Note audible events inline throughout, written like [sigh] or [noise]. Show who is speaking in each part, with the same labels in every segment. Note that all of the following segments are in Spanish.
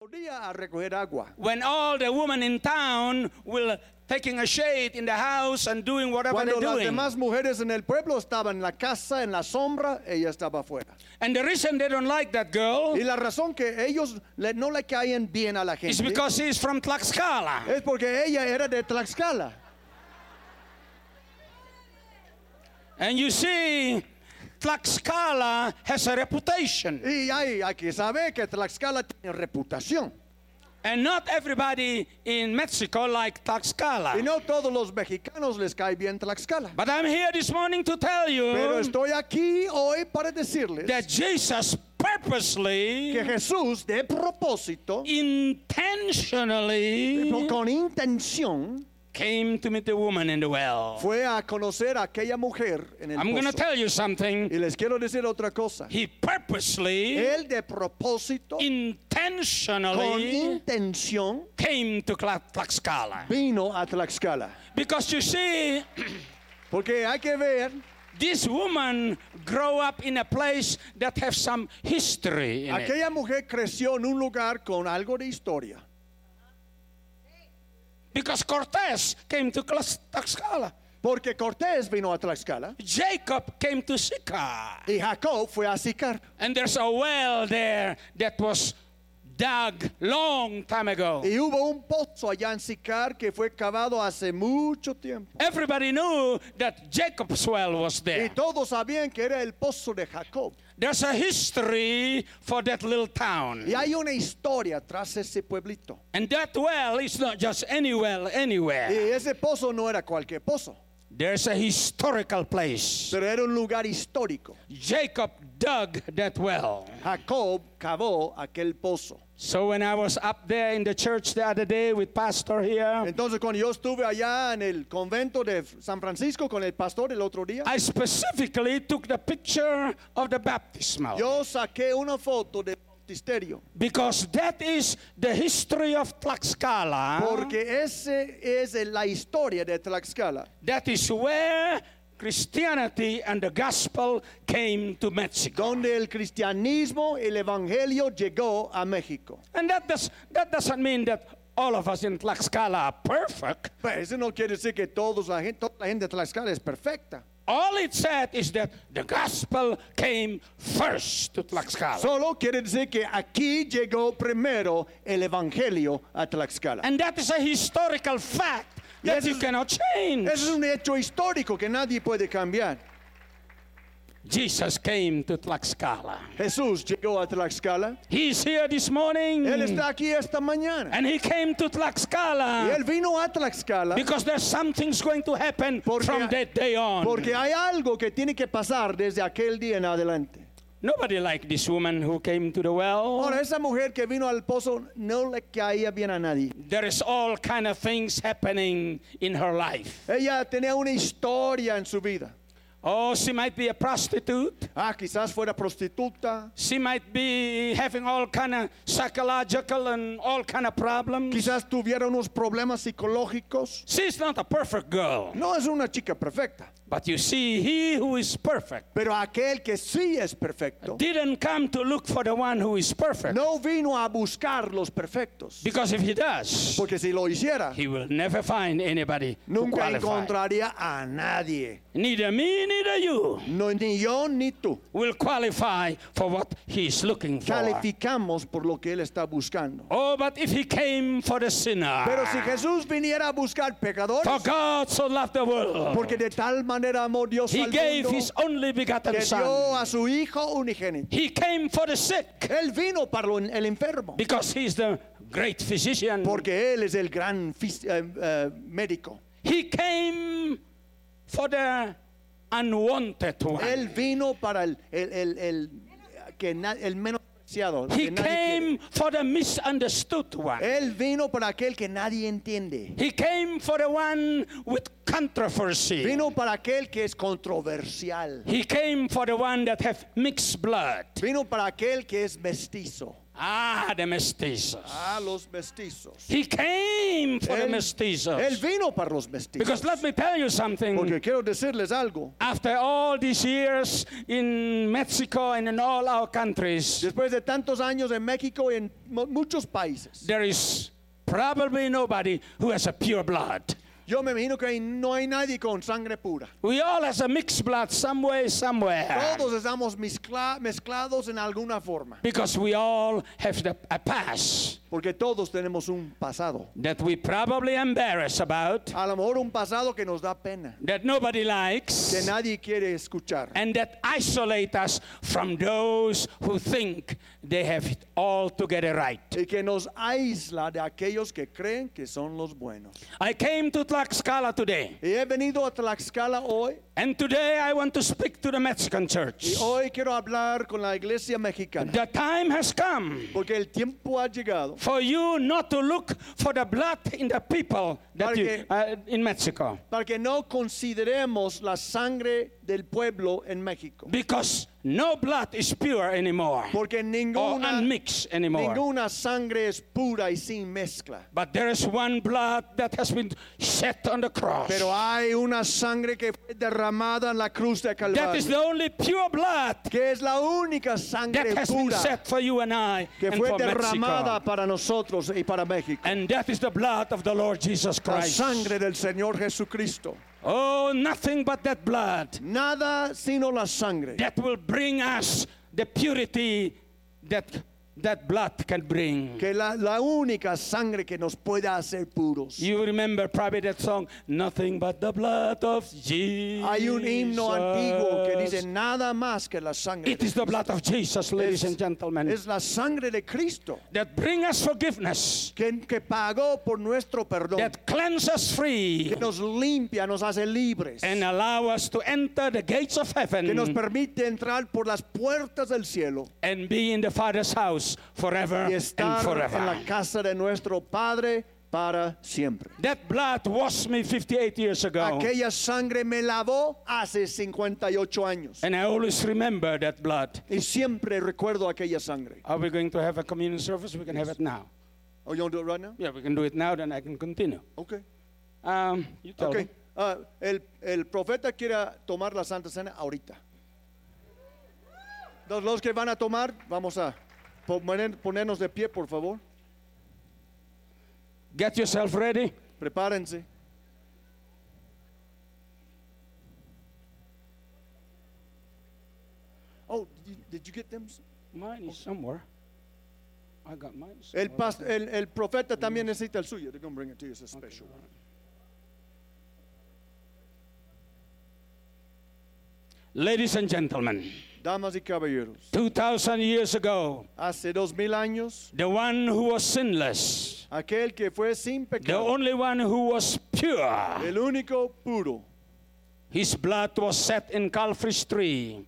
Speaker 1: Podía a recoger agua.
Speaker 2: When all the women in town were taking a shade in the house and doing whatever
Speaker 1: Cuando
Speaker 2: they're
Speaker 1: las
Speaker 2: doing.
Speaker 1: demás mujeres en el pueblo estaban en la casa, en la sombra, ella estaba afuera.
Speaker 2: And the reason they don't like that girl
Speaker 1: Y la razón que ellos le- no le caen bien a la
Speaker 2: is
Speaker 1: gente
Speaker 2: because she's from Tlaxcala.
Speaker 1: es porque ella era de Tlaxcala.
Speaker 2: And you see, Tlaxcala has a reputation.
Speaker 1: Y hay, hay que saber que Tlaxcala tiene reputación.
Speaker 2: And not everybody in Mexico like
Speaker 1: Y
Speaker 2: Tlaxcala.
Speaker 1: no todos los mexicanos les cae bien Tlaxcala.
Speaker 2: But I'm here this morning to tell
Speaker 1: Pero
Speaker 2: you
Speaker 1: estoy aquí hoy para decirles
Speaker 2: Mm. that Jesus
Speaker 1: que
Speaker 2: purposely,
Speaker 1: Jesús de propósito,
Speaker 2: intentionally
Speaker 1: con intención,
Speaker 2: came to meet the woman in the well.
Speaker 1: fue a conocer a aquella mujer en el
Speaker 2: I'm going to
Speaker 1: pozo.
Speaker 2: tell you something.
Speaker 1: Y les quiero decir otra cosa.
Speaker 2: He purposely,
Speaker 1: Él de propósito, con
Speaker 2: intentionally
Speaker 1: intención,
Speaker 2: came to Tla- Tlaxcala.
Speaker 1: vino a Tlaxcala.
Speaker 2: Because you see,
Speaker 1: Porque hay que ver,
Speaker 2: this woman grow up in a place that have some history in it.
Speaker 1: aquella mujer creció en un lugar con algo de historia.
Speaker 2: Because Cortes came to Tlax- Tlaxcala.
Speaker 1: Porque Cortés vino a Tlaxcala
Speaker 2: Jacob came to Sicar.
Speaker 1: y Jacob fue a Sicar.
Speaker 2: And there's a well there that was dug long time ago.
Speaker 1: Y hubo un pozo allá en Sicar que fue cavado hace mucho tiempo.
Speaker 2: Everybody knew that Jacob's well was
Speaker 1: Y
Speaker 2: there.
Speaker 1: todos sabían que era el pozo de Jacob.
Speaker 2: There's a history for that little town.
Speaker 1: Y hay una historia tras ese pueblito.
Speaker 2: And that well is not just any well
Speaker 1: Y
Speaker 2: anywhere.
Speaker 1: ese pozo no era cualquier pozo,
Speaker 2: There's a historical place.
Speaker 1: pero era un lugar histórico.
Speaker 2: Jacob dug that well.
Speaker 1: Jacob cavó aquel pozo.
Speaker 2: So when I was up there in the church the other day with pastor here,
Speaker 1: Entonces cuando yo estuve allá en el convento de San Francisco con el pastor el otro día,
Speaker 2: I specifically took the picture of the baptismal
Speaker 1: yo saqué una foto del bautisterio
Speaker 2: because that is the history of Tlaxcala.
Speaker 1: porque ese es la historia de Tlaxcala.
Speaker 2: That is where Christianity and the gospel came to Mexico.
Speaker 1: donde el cristianismo, el evangelio llegó a México.
Speaker 2: And that does that doesn't mean that all of us in Tlaxcala are perfect.
Speaker 1: Pero Pues, eso no quiere decir que todos la gente, toda la gente de Tlaxcala es perfecta.
Speaker 2: All it said is that the gospel came first to Tlaxcala.
Speaker 1: Solo quiere decir que aquí llegó primero el evangelio a Tlaxcala.
Speaker 2: and that is a historical fact that
Speaker 1: Yes,
Speaker 2: you
Speaker 1: it's-
Speaker 2: cannot change.
Speaker 1: Eso es un hecho histórico que nadie puede cambiar.
Speaker 2: Jesus came to Tlaxcala.
Speaker 1: Jesús llegó a Tlaxcala.
Speaker 2: He is here this morning.
Speaker 1: Él está aquí esta mañana.
Speaker 2: and he came to
Speaker 1: Y
Speaker 2: Tlaxcala
Speaker 1: él vino a Tlaxcala
Speaker 2: because there's something's going to happen
Speaker 1: Porque-
Speaker 2: from that day on.
Speaker 1: porque hay algo que tiene que pasar desde aquel día en adelante.
Speaker 2: Nobody liked this woman who came to the well.
Speaker 1: Ahora, esa mujer que vino al pozo no le caía bien a nadie.
Speaker 2: there is all kind of things happening in her life.
Speaker 1: Ella tenía una historia en su vida.
Speaker 2: Oh, she might be a prostitute.
Speaker 1: Ah, quizás fuera prostituta,
Speaker 2: She might be having all kind of psychological and all kind of problems.
Speaker 1: quizás tuviera unos problemas psicológicos.
Speaker 2: She's not a perfect girl,
Speaker 1: No es una chica perfecta,
Speaker 2: but you see, he who is perfect
Speaker 1: pero aquel que sí es perfecto
Speaker 2: didn't come to look for the one who is perfect,
Speaker 1: no vino a buscar los perfectos,
Speaker 2: because if he does,
Speaker 1: porque si lo hiciera,
Speaker 2: he will never find anybody to
Speaker 1: nunca
Speaker 2: qualify.
Speaker 1: encontraría a nadie.
Speaker 2: Neither me, neither you
Speaker 1: No, ni yo ni tú
Speaker 2: will qualify for what he is looking for.
Speaker 1: calificamos por lo que él está buscando. Ah.
Speaker 2: Oh, but if he came for the sinner,
Speaker 1: Pero si Jesús viniera a buscar
Speaker 2: for
Speaker 1: pecadores,
Speaker 2: God so loved the world,
Speaker 1: porque de tal manera amó Dios
Speaker 2: he
Speaker 1: al
Speaker 2: gave
Speaker 1: mundo,
Speaker 2: his only begotten
Speaker 1: que dio
Speaker 2: son.
Speaker 1: a su hijo unigénito.
Speaker 2: He came for the sick
Speaker 1: Él vino para lo- el enfermo,
Speaker 2: because he's the great physician.
Speaker 1: porque él es el gran fis- eh, eh, médico.
Speaker 2: He came for the unwanted one.
Speaker 1: Él vino para el, el, el- el- que na- el menospreciado. el
Speaker 2: He
Speaker 1: que nadie quiere.
Speaker 2: came for the misunderstood one.
Speaker 1: Él vino para aquel que nadie entiende.
Speaker 2: He came for the one with controversy.
Speaker 1: Vino para aquel que es controversial.
Speaker 2: He came for the one that have mixed blood.
Speaker 1: Vino para aquel que es mestizo.
Speaker 2: Ah, the mestizos.
Speaker 1: a los mestizos.
Speaker 2: He came for
Speaker 1: Él,
Speaker 2: the
Speaker 1: él
Speaker 2: mestizos.
Speaker 1: vino para los mestizos.
Speaker 2: Because let me tell you something.
Speaker 1: Porque quiero decirles algo.
Speaker 2: After all these years in Mexico and in all our countries,
Speaker 1: Después de tantos años en México y en mu- muchos países,
Speaker 2: there is probably nobody who has a pure blood.
Speaker 1: yo me imagino que ahí no hay nadie con sangre pura.
Speaker 2: We all has a mixed blood some way, somewhere.
Speaker 1: Todos estamos mezcla- mezclados en alguna forma,
Speaker 2: Because we all have the, a past
Speaker 1: porque todos tenemos un pasado.
Speaker 2: that we probably embarrass about,
Speaker 1: A lo mejor un pasado que nos da pena,
Speaker 2: that nobody
Speaker 1: que
Speaker 2: likes,
Speaker 1: nadie quiere escuchar
Speaker 2: and that isolate us from those who think they have it all together right.
Speaker 1: y que nos aísla de aquellos que creen que son los buenos.
Speaker 2: I came to Tlaxcala today,
Speaker 1: Y he venido a Tlaxcala hoy
Speaker 2: and today I want to speak to the Mexican church.
Speaker 1: y hoy quiero hablar con la iglesia mexicana,
Speaker 2: The time has come
Speaker 1: porque el tiempo ha llegado
Speaker 2: for you not to look for the blood in the people that you, uh, in Mexico,
Speaker 1: para que no consideremos la sangre del pueblo en México,
Speaker 2: because no blood is pure anymore
Speaker 1: porque
Speaker 2: or
Speaker 1: ninguna,
Speaker 2: unmixed anymore.
Speaker 1: ninguna sangre es pura y sin mezcla.
Speaker 2: But there is one blood that has been shed on the cross.
Speaker 1: Pero hay una sangre que fue derramada en la cruz de
Speaker 2: that is
Speaker 1: Calvario,
Speaker 2: the only pure blood
Speaker 1: que es la única
Speaker 2: that
Speaker 1: sangre
Speaker 2: has been
Speaker 1: pura
Speaker 2: shed for you and I
Speaker 1: que
Speaker 2: and
Speaker 1: fue
Speaker 2: for
Speaker 1: derramada
Speaker 2: Mexico.
Speaker 1: para nosotros y para México.
Speaker 2: And that is the blood of the Lord Jesus
Speaker 1: La
Speaker 2: Christ.
Speaker 1: sangre del Señor Jesucristo.
Speaker 2: Oh, nothing but that blood
Speaker 1: Nada sino la sangre
Speaker 2: that will bring us the purity that that blood can bring.
Speaker 1: que la, la única sangre que nos puede hacer puros.
Speaker 2: You remember probably that song, Nothing But the Blood of Jesus.
Speaker 1: Hay un himno antiguo que dice nada más que la sangre.
Speaker 2: It
Speaker 1: de
Speaker 2: is the blood of Jesus, ladies
Speaker 1: Es-
Speaker 2: and gentlemen,
Speaker 1: Es la sangre de Cristo
Speaker 2: that bring us forgiveness.
Speaker 1: que, que pagó por nuestro perdón,
Speaker 2: that cleanse us free
Speaker 1: que nos limpia, nos hace libres,
Speaker 2: and mm. allow us to enter the gates of
Speaker 1: que nos
Speaker 2: heaven
Speaker 1: permite entrar por las puertas del cielo
Speaker 2: and be in the Father's house forever
Speaker 1: y
Speaker 2: and
Speaker 1: estar en
Speaker 2: forever.
Speaker 1: la casa de nuestro Padre para siempre.
Speaker 2: That blood washed me 58 years ago,
Speaker 1: Aquella sangre me lavó hace 58 años.
Speaker 2: and I always remember that blood.
Speaker 1: Y siempre recuerdo aquella sangre.
Speaker 2: Are we going to have a communion service? We can have it now.
Speaker 1: Oh, you want to do it right now?
Speaker 2: Yeah, we can do it now, then I can continue.
Speaker 1: Okay.
Speaker 2: Um, you tell
Speaker 1: Okay.
Speaker 2: me.
Speaker 1: Ah, el, el profeta quiere tomar la Santa Cena ahorita. Los, los que van a tomar, vamos a poner- ponernos de pie, por favor.
Speaker 2: Get yourself ready.
Speaker 1: Prepárense. Oh, did you- did you get them?
Speaker 2: Mine is somewhere. I got mine.
Speaker 1: El,
Speaker 2: somewhere.
Speaker 1: pas- el, el profeta también necesita el suyo. They're gonna bring it to you. It's a special one.
Speaker 2: Ladies and gentlemen,
Speaker 1: Damas y caballeros,
Speaker 2: 2,000 years ago,
Speaker 1: hace dos mil años,
Speaker 2: the one who was sinless
Speaker 1: aquel que fue sin
Speaker 2: The
Speaker 1: pecado,
Speaker 2: only one who was pure.
Speaker 1: el único puro,
Speaker 2: His blood was shed in Calvary's tree.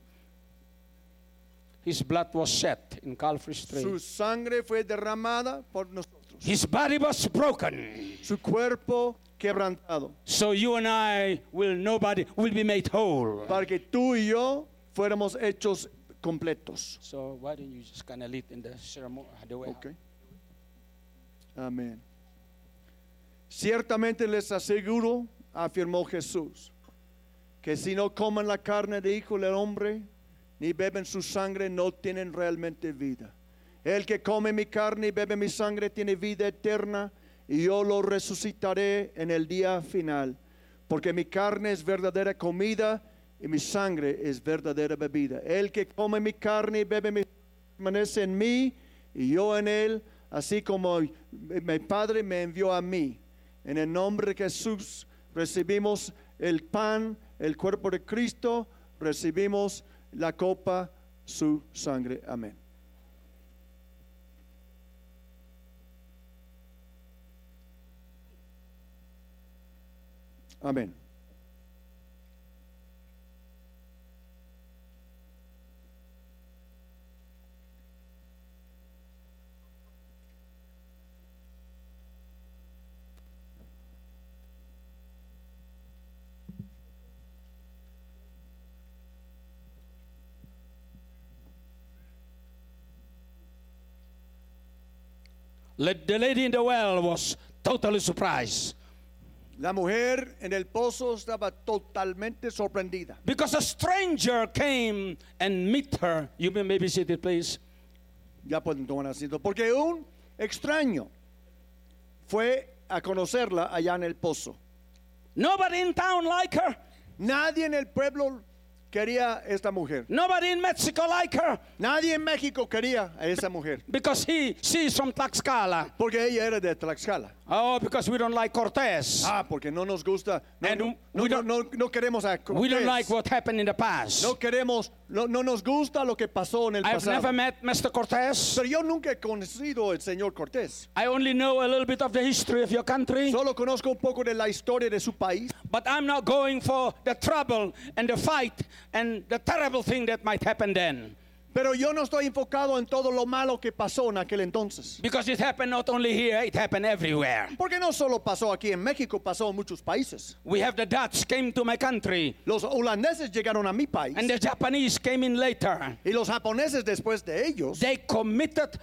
Speaker 2: His blood was shed in Calvary's
Speaker 1: su
Speaker 2: tree.
Speaker 1: sangre fue derramada por nosotros,
Speaker 2: His body was broken.
Speaker 1: su cuerpo quebrantado,
Speaker 2: So you and I will nobody will be made whole.
Speaker 1: para que tú y yo fuéramos hechos completos.
Speaker 2: So why don't you just kind of lead in the ceremony the way?
Speaker 1: Ok. Amén. Ciertamente les aseguro, afirmó Jesús, que si no comen la carne de hijo del hombre, ni beben su sangre, no tienen realmente vida. El que come mi carne y bebe mi sangre tiene vida eterna, y yo lo resucitaré en el día final. Porque mi carne es verdadera comida y mi sangre es verdadera bebida. El que come mi carne y bebe mi permanece en mí y yo en él, así como mi Padre me envió a mí. En el nombre de Jesús recibimos el pan, el cuerpo de Cristo, recibimos la copa, su sangre. Amén. Amén.
Speaker 2: La- The lady in the well was totally surprised
Speaker 1: La mujer en el pozo estaba totalmente sorprendida.
Speaker 2: because a stranger came and meet her. You may may be seated, please.
Speaker 1: Ya pueden tomar asiento. Porque un extraño fue a conocerla allá en el pozo.
Speaker 2: Nobody in town like her.
Speaker 1: Nadie en el pueblo quería esta mujer.
Speaker 2: Nobody in Mexico like her
Speaker 1: Nadie en México quería a esa mujer.
Speaker 2: because he she's from Tlaxcala.
Speaker 1: Porque ella era de Tlaxcala.
Speaker 2: Oh, because we don't like Cortez.
Speaker 1: Ah, porque no nos gusta. No,
Speaker 2: And
Speaker 1: no,
Speaker 2: we
Speaker 1: no,
Speaker 2: don't-
Speaker 1: no, no queremos a
Speaker 2: we don't
Speaker 1: Cortés.
Speaker 2: like what happened in the past.
Speaker 1: No queremos, no, no nos gusta lo que pasó en el
Speaker 2: I've
Speaker 1: pasado.
Speaker 2: never met Mr. Cortez.
Speaker 1: Pero yo nunca he conocido al señor Cortés.
Speaker 2: I only know a little bit of the history of your country,
Speaker 1: Solo conozco un poco de la historia de su país.
Speaker 2: but I'm not going for the trouble and the fight and the terrible thing that might happen then.
Speaker 1: Pero yo no estoy enfocado en todo lo malo que pasó en aquel entonces.
Speaker 2: Because it happened not only here, it happened everywhere.
Speaker 1: Porque no solo pasó aquí en México, pasó en muchos países.
Speaker 2: We have the Dutch came to my country,
Speaker 1: Los holandeses llegaron a mi país
Speaker 2: and the Japanese came in later.
Speaker 1: y los japoneses después de ellos.
Speaker 2: They committed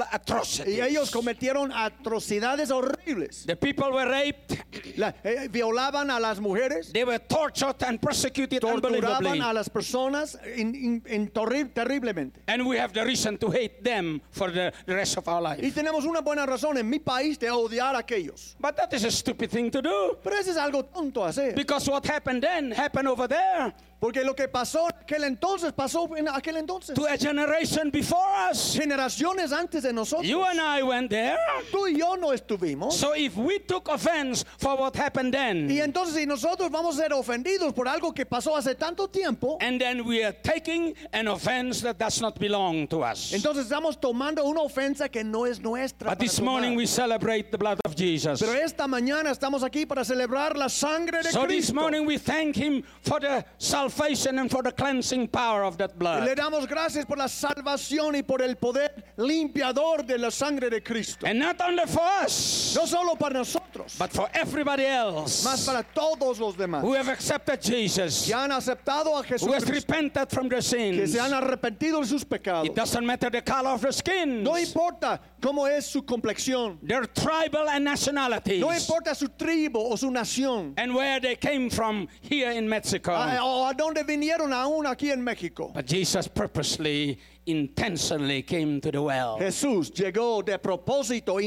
Speaker 1: Y ellos
Speaker 2: atrocities.
Speaker 1: cometieron atrocidades horribles.
Speaker 2: The people were raped,
Speaker 1: La- eh, violaban a las mujeres,
Speaker 2: they were tortured and persecuted
Speaker 1: torturaban
Speaker 2: unbelievably.
Speaker 1: a las personas in- in- in torri- terriblemente.
Speaker 2: And we have the reason to hate them for the the rest of our
Speaker 1: Y
Speaker 2: life.
Speaker 1: tenemos una buena razón en mi país de odiar a aquellos.
Speaker 2: But that is a stupid thing to do.
Speaker 1: Pero eso es algo tonto hacer.
Speaker 2: Because what happened then happened over there
Speaker 1: Porque lo que pasó en aquel entonces, pasó en aquel entonces.
Speaker 2: to a generation before us.
Speaker 1: Generaciones antes de nosotros.
Speaker 2: You and I went there.
Speaker 1: Tú y yo no estuvimos.
Speaker 2: So if we took offense for what happened
Speaker 1: Y
Speaker 2: then,
Speaker 1: entonces si nosotros vamos a ser ofendidos por algo que pasó hace tanto tiempo,
Speaker 2: and then we are taking an offense that does not belong to us.
Speaker 1: entonces estamos tomando una ofensa que no es nuestra.
Speaker 2: But
Speaker 1: para
Speaker 2: this morning
Speaker 1: tomar.
Speaker 2: we celebrate the blood of Jesus.
Speaker 1: Pero esta mañana estamos aquí para celebrar la sangre de
Speaker 2: So this
Speaker 1: Cristo.
Speaker 2: morning we thank him for the salvation and for the cleansing power of that
Speaker 1: Le
Speaker 2: blood.
Speaker 1: damos gracias por la salvación y por el poder limpiador de la sangre de Cristo.
Speaker 2: And not only for us,
Speaker 1: No solo para nosotros,
Speaker 2: but for everybody
Speaker 1: más
Speaker 2: else
Speaker 1: para todos los demás
Speaker 2: who have accepted Jesus,
Speaker 1: que han aceptado a
Speaker 2: who has
Speaker 1: Jesucristo,
Speaker 2: repented from their
Speaker 1: que
Speaker 2: sins.
Speaker 1: se han arrepentido de sus pecados.
Speaker 2: It doesn't matter the color of the skin,
Speaker 1: No importa cómo es su complexión,
Speaker 2: their tribal and nationalities,
Speaker 1: no importa su tribu o su nación,
Speaker 2: and where they came from here in Mexico.
Speaker 1: a- o Ah, a dónde vinieron aún aquí en México.
Speaker 2: but Jesus purposely, intentionally came to the well.
Speaker 1: Jesús llegó de propósito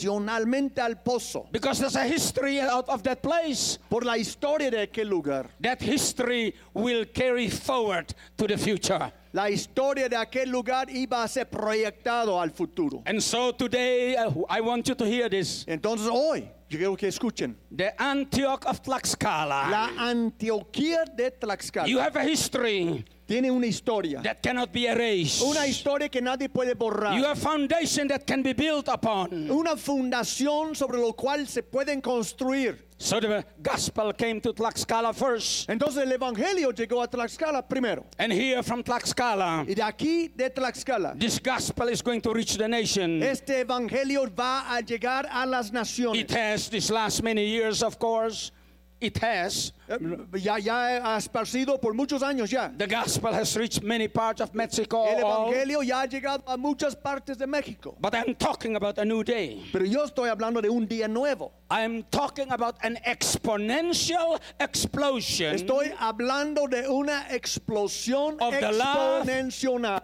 Speaker 1: intencionalmente al pozo
Speaker 2: Because there's a history out of that place.
Speaker 1: por la historia de aquel lugar.
Speaker 2: That history will carry forward to the future.
Speaker 1: La historia de aquel lugar iba a ser proyectado al futuro.
Speaker 2: And so today, uh, I want you to hear this.
Speaker 1: Entonces hoy, yo quiero que escuchen,
Speaker 2: The Antioch of Tlaxcala.
Speaker 1: la Antioquía de
Speaker 2: You
Speaker 1: Tlaxcala
Speaker 2: have a history
Speaker 1: tiene una historia,
Speaker 2: that cannot be erased.
Speaker 1: una historia que nadie puede
Speaker 2: You
Speaker 1: borrar,
Speaker 2: have foundation that can be built upon.
Speaker 1: una fundación sobre lo cual se pueden construir.
Speaker 2: So the gospel came to Tlaxcala first,
Speaker 1: Entonces el Evangelio llegó a Tlaxcala primero.
Speaker 2: and here from Tlaxcala,
Speaker 1: Y de aquí de Tlaxcala,
Speaker 2: this gospel is going to reach the nation.
Speaker 1: este Evangelio va a llegar a las naciones.
Speaker 2: It has these last many years, of course. It has.
Speaker 1: Eh, Ya, ya ha esparcido por muchos años ya.
Speaker 2: The gospel has reached many parts of Mexico.
Speaker 1: El
Speaker 2: all-
Speaker 1: Evangelio ya ha llegado a muchas partes de México.
Speaker 2: But I'm talking about a new day.
Speaker 1: Pero yo estoy hablando de un día nuevo.
Speaker 2: I'm talking about an exponential explosion
Speaker 1: Estoy hablando de una explosión
Speaker 2: Of the love.
Speaker 1: exponencial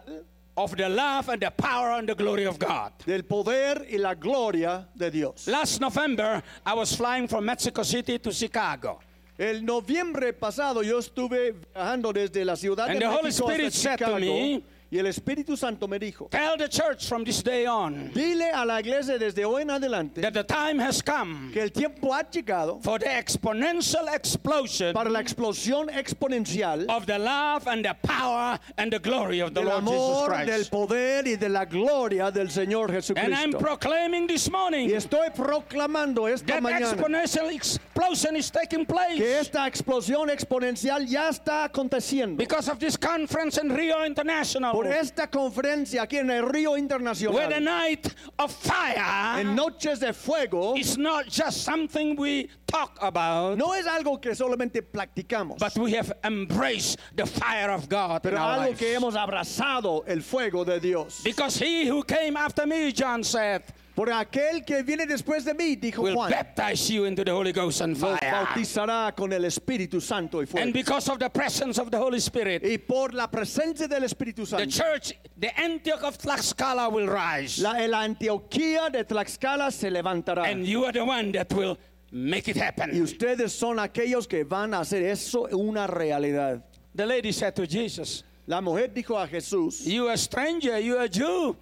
Speaker 2: of the love and the power and the glory of God.
Speaker 1: del poder y la gloria de Dios.
Speaker 2: Last November, I was flying from Mexico City to Chicago.
Speaker 1: El noviembre pasado yo estuve viajando desde la ciudad
Speaker 2: And
Speaker 1: de
Speaker 2: the Holy
Speaker 1: México hasta
Speaker 2: Spirit said to
Speaker 1: Chicago,
Speaker 2: me-
Speaker 1: y el Espíritu Santo me dijo,
Speaker 2: Tell the church from this day on
Speaker 1: dile a la iglesia desde hoy en adelante
Speaker 2: that the time has come
Speaker 1: que el tiempo ha llegado
Speaker 2: for the exponential explosion
Speaker 1: para la explosión exponencial
Speaker 2: of the love and the power and the glory of the
Speaker 1: del
Speaker 2: Lord Jesus
Speaker 1: amor, del
Speaker 2: Christ.
Speaker 1: poder y de la gloria del Señor
Speaker 2: And I'm
Speaker 1: Jesucristo.
Speaker 2: proclaiming this
Speaker 1: Y
Speaker 2: morning
Speaker 1: estoy proclamando esta
Speaker 2: that
Speaker 1: mañana
Speaker 2: exponential explosion is taking
Speaker 1: que
Speaker 2: place
Speaker 1: esta explosión exponencial ya está aconteciendo.
Speaker 2: because of this conference in Rio International.
Speaker 1: Por esta conferencia aquí en el Río
Speaker 2: where the
Speaker 1: Internacional,
Speaker 2: night of
Speaker 1: en
Speaker 2: fire
Speaker 1: Noches de Fuego,
Speaker 2: is not just something we talk about,
Speaker 1: no es algo que solamente practicamos,
Speaker 2: but we have embraced the fire of God in
Speaker 1: pero
Speaker 2: our
Speaker 1: algo
Speaker 2: lives.
Speaker 1: que hemos abrazado el fuego de Dios.
Speaker 2: Because he who came after me, John said,
Speaker 1: Por aquel que viene después de mí, dijo
Speaker 2: will
Speaker 1: Juan,
Speaker 2: baptize you into the Holy Ghost and
Speaker 1: los
Speaker 2: fire.
Speaker 1: bautizará con el Espíritu Santo y
Speaker 2: And
Speaker 1: fuego.
Speaker 2: because of the presence of the Holy Spirit,
Speaker 1: Y por la presencia del Espíritu
Speaker 2: the
Speaker 1: Santo,
Speaker 2: church, the Antioch of Tlaxcala will rise.
Speaker 1: la, la Antioquía de Tlaxcala se levantará.
Speaker 2: And you are the one that will make it
Speaker 1: Y
Speaker 2: happen.
Speaker 1: ustedes son aquellos que van a hacer eso una realidad.
Speaker 2: The lady said to Jesus,
Speaker 1: La mujer dijo a Jesús,
Speaker 2: You are a stranger, you are a Jew.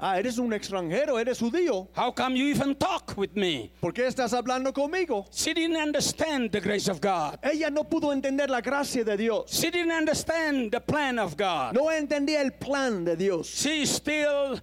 Speaker 1: ah, eres un extranjero, eres judío.
Speaker 2: How come you even talk with me?
Speaker 1: ¿Por qué estás hablando conmigo?
Speaker 2: She didn't understand the grace of God.
Speaker 1: Ella no pudo entender la gracia de Dios.
Speaker 2: She didn't understand the plan of God.
Speaker 1: No entendía el plan de Dios.
Speaker 2: She is still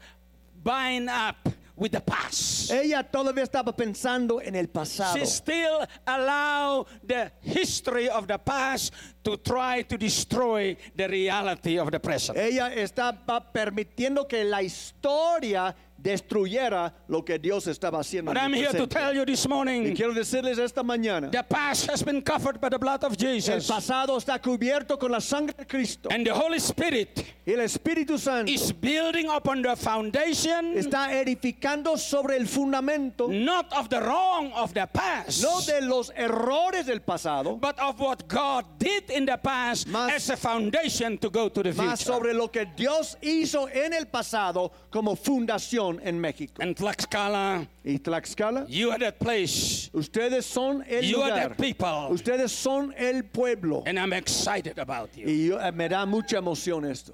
Speaker 2: bind up with the past.
Speaker 1: Ella todavía estaba pensando en el pasado.
Speaker 2: She still allow the history of the past to try to destroy the reality of the present.
Speaker 1: Ella estaba permitiendo que la historia destruyera lo que Dios estaba haciendo.
Speaker 2: But
Speaker 1: en el
Speaker 2: I'm here to
Speaker 1: presente.
Speaker 2: tell you this
Speaker 1: Y
Speaker 2: morning,
Speaker 1: quiero decirles esta mañana,
Speaker 2: the past has been covered by the blood of
Speaker 1: el
Speaker 2: Jesus.
Speaker 1: pasado está cubierto con la sangre de Cristo. Mm-hmm.
Speaker 2: And the Holy Spirit
Speaker 1: Y el Espíritu Santo
Speaker 2: is building upon the foundation
Speaker 1: está edificando sobre el fundamento,
Speaker 2: not of the wrong of the past,
Speaker 1: no de los errores del pasado,
Speaker 2: but of what God did in the past
Speaker 1: Mas-
Speaker 2: as a foundation to go to the
Speaker 1: más
Speaker 2: future.
Speaker 1: sobre lo que Dios hizo en el pasado como fundación en México.
Speaker 2: And Tlaxcala,
Speaker 1: Y Tlaxcala,
Speaker 2: you are that place.
Speaker 1: ustedes son el
Speaker 2: You are
Speaker 1: lugar,
Speaker 2: the people.
Speaker 1: ustedes son el pueblo.
Speaker 2: And I'm excited about you.
Speaker 1: Y yo- eh, me da mucha emoción esto.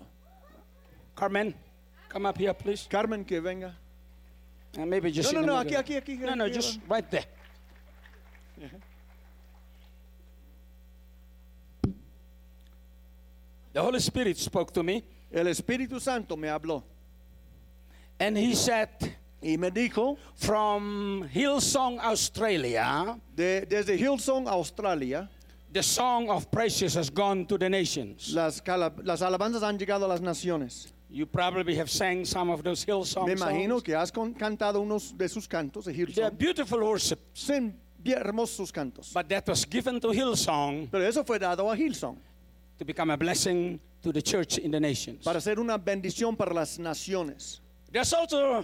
Speaker 2: Carmen, come up here, please.
Speaker 1: Carmen, que venga.
Speaker 2: And maybe just
Speaker 1: No,
Speaker 2: in
Speaker 1: no, no,
Speaker 2: the middle.
Speaker 1: aquí, aquí, aquí,
Speaker 2: No, no,
Speaker 1: aquí
Speaker 2: just right there. The Holy Spirit spoke to me
Speaker 1: El Espíritu Santo me habló
Speaker 2: and he said,
Speaker 1: y me dijo,
Speaker 2: from Hillsong, Australia,
Speaker 1: de- desde Hillsong, Australia,
Speaker 2: the song of praises has gone to the nations.
Speaker 1: las, cala- las alabanzas han llegado a las naciones.
Speaker 2: You probably have sang some of those Hillsong
Speaker 1: Me imagino
Speaker 2: songs.
Speaker 1: que has con- cantado unos de sus cantos de
Speaker 2: They're
Speaker 1: Hillsong.
Speaker 2: beautiful worship,
Speaker 1: Son bien hermosos cantos.
Speaker 2: but that was given to Hillsong
Speaker 1: Pero eso fue dado a Hillsong
Speaker 2: to become a blessing to the church in the nations.
Speaker 1: para ser una bendición para las naciones.
Speaker 2: There's also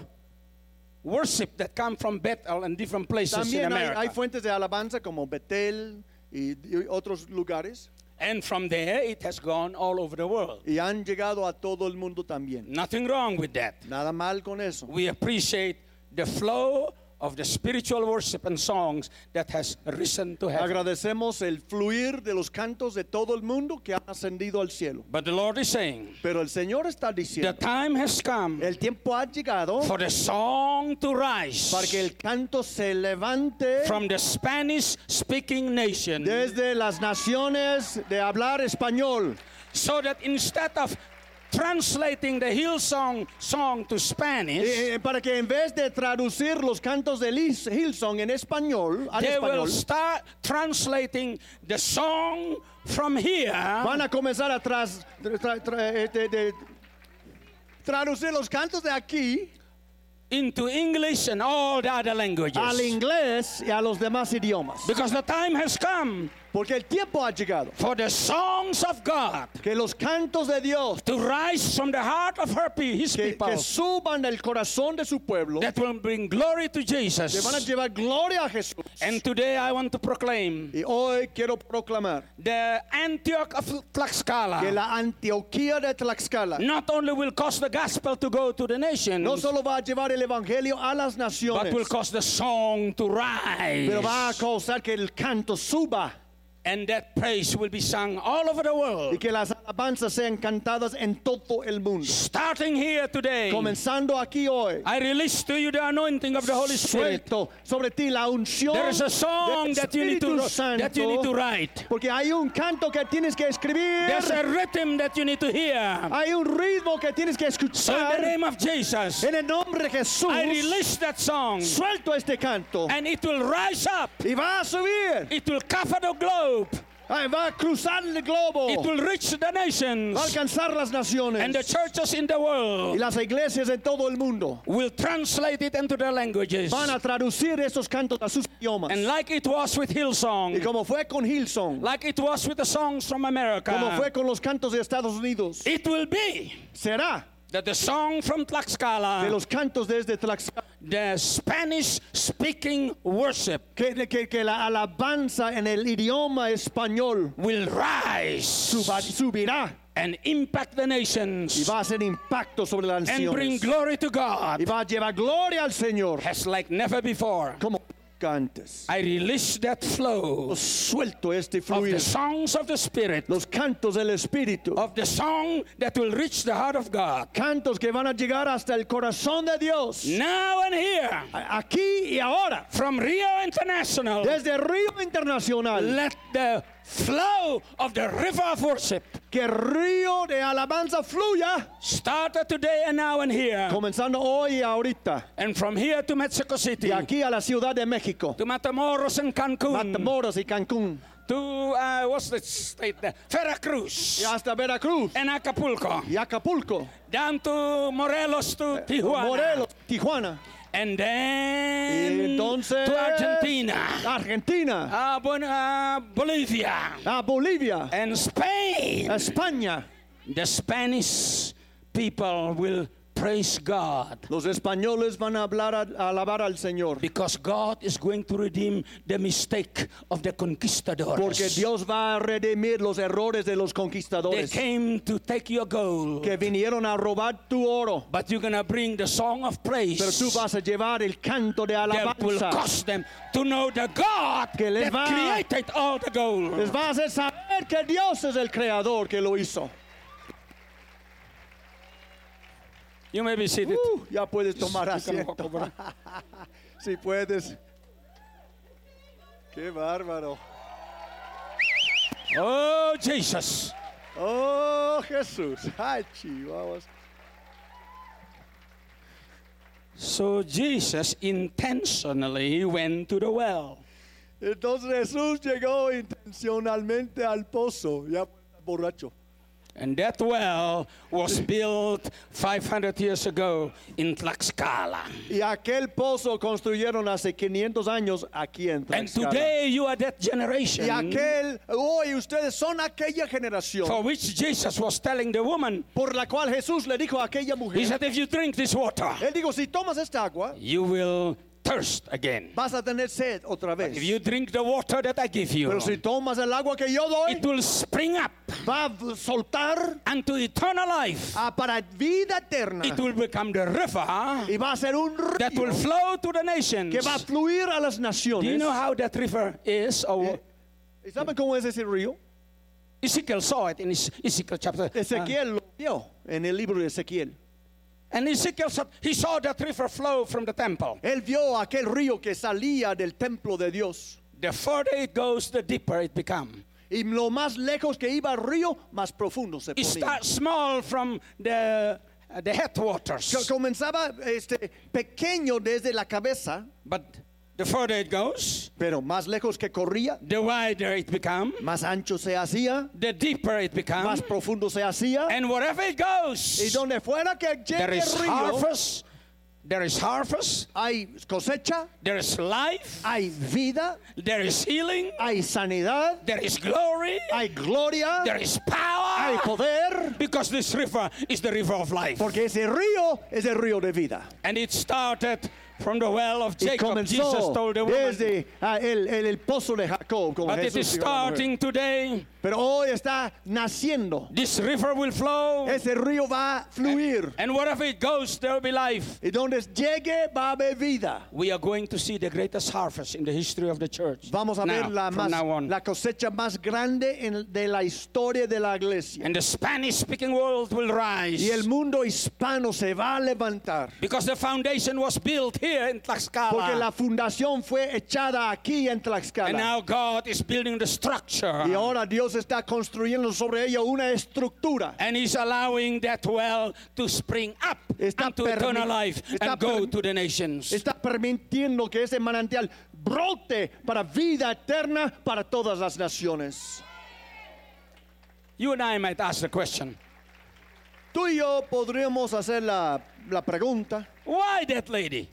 Speaker 2: worship that come from Bethel and different places in
Speaker 1: También hay,
Speaker 2: America.
Speaker 1: hay fuentes de alabanza como Betel y, y otros lugares
Speaker 2: and from there, it has gone all over the world.
Speaker 1: y han llegado a todo el mundo también.
Speaker 2: Nothing wrong with that.
Speaker 1: Nada mal con eso.
Speaker 2: We appreciate the flow of the spiritual worship and songs that has risen to heaven.
Speaker 1: Agradecemos el fluir de los cantos de todo el mundo que han ascendido al cielo.
Speaker 2: But the Lord is saying,
Speaker 1: Pero el Señor está
Speaker 2: the
Speaker 1: diciendo,
Speaker 2: time has come
Speaker 1: el tiempo ha llegado
Speaker 2: for the song to rise
Speaker 1: para que el canto se levante
Speaker 2: from the Spanish-speaking nation
Speaker 1: desde las naciones de hablar español.
Speaker 2: so that instead of translating the Hillsong song to Spanish,
Speaker 1: Eh, eh, para que en vez de traducir los cantos de Liz Hilson en español, al
Speaker 2: they will
Speaker 1: español,
Speaker 2: start translating the song from here
Speaker 1: van a comenzar a tras- tra- tra- eh, de- de- traducir los cantos de aquí
Speaker 2: into English and all the other languages.
Speaker 1: al inglés y a los demás idiomas.
Speaker 2: Because the time has come
Speaker 1: Porque el tiempo ha llegado.
Speaker 2: for the songs of God
Speaker 1: Que los cantos de Dios
Speaker 2: to rise from the heart of her pe- his
Speaker 1: que, que
Speaker 2: people
Speaker 1: suban del corazón de su pueblo,
Speaker 2: that will bring glory to
Speaker 1: que van a
Speaker 2: Jesus.
Speaker 1: llevar gloria a Jesús.
Speaker 2: And today I want to proclaim
Speaker 1: Y hoy quiero proclamar
Speaker 2: the Antioch of
Speaker 1: que
Speaker 2: Tlaxcala
Speaker 1: la Antioquía de Tlaxcala
Speaker 2: not only will cause the gospel to go to the nation,
Speaker 1: no solo va a llevar el evangelio a las
Speaker 2: but
Speaker 1: naciones,
Speaker 2: will cause the song to
Speaker 1: pero va a
Speaker 2: rise.
Speaker 1: causar que el canto suba
Speaker 2: And that praise will be sung all over the
Speaker 1: y
Speaker 2: world.
Speaker 1: que las alabanzas sean cantadas en todo el mundo.
Speaker 2: Starting here today,
Speaker 1: Comenzando aquí hoy,
Speaker 2: I release to you the anointing of the Holy Spirit.
Speaker 1: suelto sobre ti la unción
Speaker 2: There is a song
Speaker 1: del
Speaker 2: that you need to
Speaker 1: Espíritu
Speaker 2: that you need to
Speaker 1: Santo,
Speaker 2: write.
Speaker 1: porque hay un canto que tienes que escribir,
Speaker 2: There's a rhythm that you need to hear.
Speaker 1: hay un ritmo que tienes que
Speaker 2: So in the
Speaker 1: escuchar.
Speaker 2: name of Jesus,
Speaker 1: En el nombre de Jesús,
Speaker 2: I release that song,
Speaker 1: suelto este canto
Speaker 2: and it will rise up.
Speaker 1: y va a subir,
Speaker 2: It will cover the globe.
Speaker 1: Ay, va a cruzar el globo,
Speaker 2: It will reach the
Speaker 1: va a
Speaker 2: nations
Speaker 1: alcanzar las
Speaker 2: and the
Speaker 1: naciones
Speaker 2: churches in the
Speaker 1: y
Speaker 2: world.
Speaker 1: las iglesias en todo el mundo.
Speaker 2: Will translate it into their languages.
Speaker 1: Van a traducir esos cantos a sus idiomas.
Speaker 2: And like it was with
Speaker 1: Y
Speaker 2: Hillsong,
Speaker 1: como fue con Hillsong,
Speaker 2: like it was with the songs from
Speaker 1: como fue
Speaker 2: America,
Speaker 1: con los cantos de Estados Unidos,
Speaker 2: it will be
Speaker 1: será
Speaker 2: that the song from
Speaker 1: de este
Speaker 2: Tlaxcala,
Speaker 1: los cantos desde Tlaxcala,
Speaker 2: the Spanish speaking worship,
Speaker 1: que, que- que la alabanza en el idioma español
Speaker 2: will rise
Speaker 1: suba- subirá
Speaker 2: and impact the
Speaker 1: y
Speaker 2: nations
Speaker 1: va a hacer impacto sobre las
Speaker 2: and bring
Speaker 1: naciones
Speaker 2: glory to
Speaker 1: y
Speaker 2: God
Speaker 1: va a llevar gloria al Señor
Speaker 2: as like never before.
Speaker 1: como nunca antes.
Speaker 2: I release that flow
Speaker 1: Suelto este
Speaker 2: of
Speaker 1: fluir,
Speaker 2: the songs of the Spirit,
Speaker 1: los cantos del Espíritu,
Speaker 2: of the song that will reach the heart of God.
Speaker 1: cantos que van a llegar hasta el corazón de Dios,
Speaker 2: Now and here,
Speaker 1: a- aquí y ahora,
Speaker 2: from Rio International,
Speaker 1: desde Río Internacional,
Speaker 2: let the flow of the river of worship
Speaker 1: que río de alabanza fluya,
Speaker 2: started today and now and here,
Speaker 1: comenzando hoy y ahorita,
Speaker 2: and from here to Mexico City,
Speaker 1: de aquí a la Ciudad de México,
Speaker 2: to Matamoros and Cancun,
Speaker 1: Matamoros y Cancún,
Speaker 2: to uh, what's the state there? Veracruz
Speaker 1: y hasta Veracruz
Speaker 2: and Acapulco,
Speaker 1: y Acapulco,
Speaker 2: down to Morelos to Tijuana,
Speaker 1: Eh, Morelos, Tijuana,
Speaker 2: and
Speaker 1: y
Speaker 2: then
Speaker 1: entonces
Speaker 2: to Argentina.
Speaker 1: Argentina,
Speaker 2: uh, Bon- uh, Bolivia
Speaker 1: a Bolivia,
Speaker 2: and Spain.
Speaker 1: a España.
Speaker 2: The Spanish people will praise God
Speaker 1: Los españoles van a hablar a- a alabar al Señor.
Speaker 2: because God is going to redeem the mistake of the
Speaker 1: Porque
Speaker 2: conquistadors.
Speaker 1: Dios va a redimir los errores de los
Speaker 2: They
Speaker 1: conquistadores
Speaker 2: came to take your gold,
Speaker 1: que vinieron a robar tu oro.
Speaker 2: but you're going to bring the song of praise
Speaker 1: Pero tú vas a llevar el canto de
Speaker 2: that will
Speaker 1: alabanza.
Speaker 2: cause them to know the God
Speaker 1: Que les va-
Speaker 2: that created all the
Speaker 1: Les
Speaker 2: gold.
Speaker 1: vas a hacer saber que Dios es el creador que lo hizo.
Speaker 2: You may be seated.
Speaker 1: Uh, ya puedes tomar
Speaker 2: You can walk
Speaker 1: asiento.
Speaker 2: over.
Speaker 1: Si puedes. Qué bárbaro.
Speaker 2: [laughs] Oh, Jesus.
Speaker 1: Oh, Jesús. Ay, chihuahuas.
Speaker 2: So Jesus intentionally went to the well.
Speaker 1: Entonces Jesús llegó intencionalmente al pozo, ya borracho.
Speaker 2: And that well [clears throat] was built 500 years ago in Tlaxcala.
Speaker 1: Y aquel pozo construyeron hace 500 años aquí en
Speaker 2: And
Speaker 1: Tlaxcala.
Speaker 2: today you are that
Speaker 1: y
Speaker 2: generation
Speaker 1: aquel, hoy ustedes son aquella generación
Speaker 2: for which Jesus was telling the woman,
Speaker 1: por la cual Jesús le dijo a aquella
Speaker 2: He
Speaker 1: mujer,
Speaker 2: said, if you drink this water,
Speaker 1: él dijo, si tomas esta agua,
Speaker 2: you will thirst again.
Speaker 1: vas a tener sed otra
Speaker 2: If
Speaker 1: vez.
Speaker 2: you drink the water that I give you,
Speaker 1: Pero si tomas el agua que yo doy,
Speaker 2: it will spring up
Speaker 1: va a soltar
Speaker 2: unto eternal life.
Speaker 1: a para vida eterna
Speaker 2: It will become the river
Speaker 1: y va a ser un
Speaker 2: that will
Speaker 1: río
Speaker 2: flow to the nations.
Speaker 1: que va a fluir a las
Speaker 2: Do you
Speaker 1: naciones.
Speaker 2: know how that river is? Oh, Or
Speaker 1: ¿Y saben cómo es ese río?
Speaker 2: Ah. Ezekiel saw it in his Ezekiel chapter. uh,
Speaker 1: Ezequiel lo vio en el libro de Ezequiel.
Speaker 2: And Ezekiel said he saw that river flow from the temple.
Speaker 1: Él vio aquel río que salía del templo de Dios.
Speaker 2: The further it goes, the deeper it becomes.
Speaker 1: Y lo más lejos que iba el río, más profundo se
Speaker 2: It
Speaker 1: ponía.
Speaker 2: starts small from the uh, the
Speaker 1: Co-
Speaker 2: headwaters,
Speaker 1: Comenzaba este, pequeño desde la cabeza,
Speaker 2: but the further it goes,
Speaker 1: pero más lejos que corría,
Speaker 2: the wider it becomes,
Speaker 1: más ancho se hacía,
Speaker 2: the deeper it
Speaker 1: más
Speaker 2: becomes,
Speaker 1: profundo se hacía.
Speaker 2: and wherever it
Speaker 1: Y
Speaker 2: goes,
Speaker 1: donde fuera que
Speaker 2: there
Speaker 1: llegue
Speaker 2: is
Speaker 1: el río,
Speaker 2: harvest, there is harvest,
Speaker 1: hay cosecha,
Speaker 2: there is life,
Speaker 1: hay vida,
Speaker 2: there is healing,
Speaker 1: hay sanidad,
Speaker 2: there is glory,
Speaker 1: hay gloria,
Speaker 2: there is
Speaker 1: hay
Speaker 2: power,
Speaker 1: poder,
Speaker 2: because this river is the river of life.
Speaker 1: porque ese río es el río de vida.
Speaker 2: And it started from the well of
Speaker 1: Y
Speaker 2: Jacob. Jesus
Speaker 1: comenzó
Speaker 2: told the woman.
Speaker 1: desde ah, el, el- el pozo de Jacob, como
Speaker 2: But it
Speaker 1: Jesús
Speaker 2: is
Speaker 1: dijo a la mujer.
Speaker 2: starting today.
Speaker 1: Pero hoy está naciendo.
Speaker 2: This river will flow.
Speaker 1: Ese río va a fluir.
Speaker 2: And wherever it goes, there will be life.
Speaker 1: Y donde llegue va a haber vida.
Speaker 2: We are going to see the greatest harvest in the history of the church.
Speaker 1: Vamos a
Speaker 2: now,
Speaker 1: ver la,
Speaker 2: from
Speaker 1: más-
Speaker 2: now on.
Speaker 1: la cosecha más grande en- de la historia de la iglesia.
Speaker 2: And the Spanish speaking world will rise.
Speaker 1: Y el mundo hispano se va a levantar.
Speaker 2: Because the foundation was built here in
Speaker 1: Porque
Speaker 2: Tlaxcala.
Speaker 1: la fundación fue echada aquí en
Speaker 2: Ah. And
Speaker 1: Tlaxcala.
Speaker 2: now God is building the structure.
Speaker 1: Y ahora Dios está construyendo sobre ella una estructura.
Speaker 2: And He's allowing that well to spring up
Speaker 1: Está
Speaker 2: unto
Speaker 1: permi-
Speaker 2: eternal life
Speaker 1: está
Speaker 2: and go
Speaker 1: permi-
Speaker 2: to the nations.
Speaker 1: Está permitiendo que ese manantial brote para vida eterna para todas las naciones.
Speaker 2: You and I might ask the question.
Speaker 1: Tú y yo podríamos hacer la, la pregunta,
Speaker 2: Why that lady?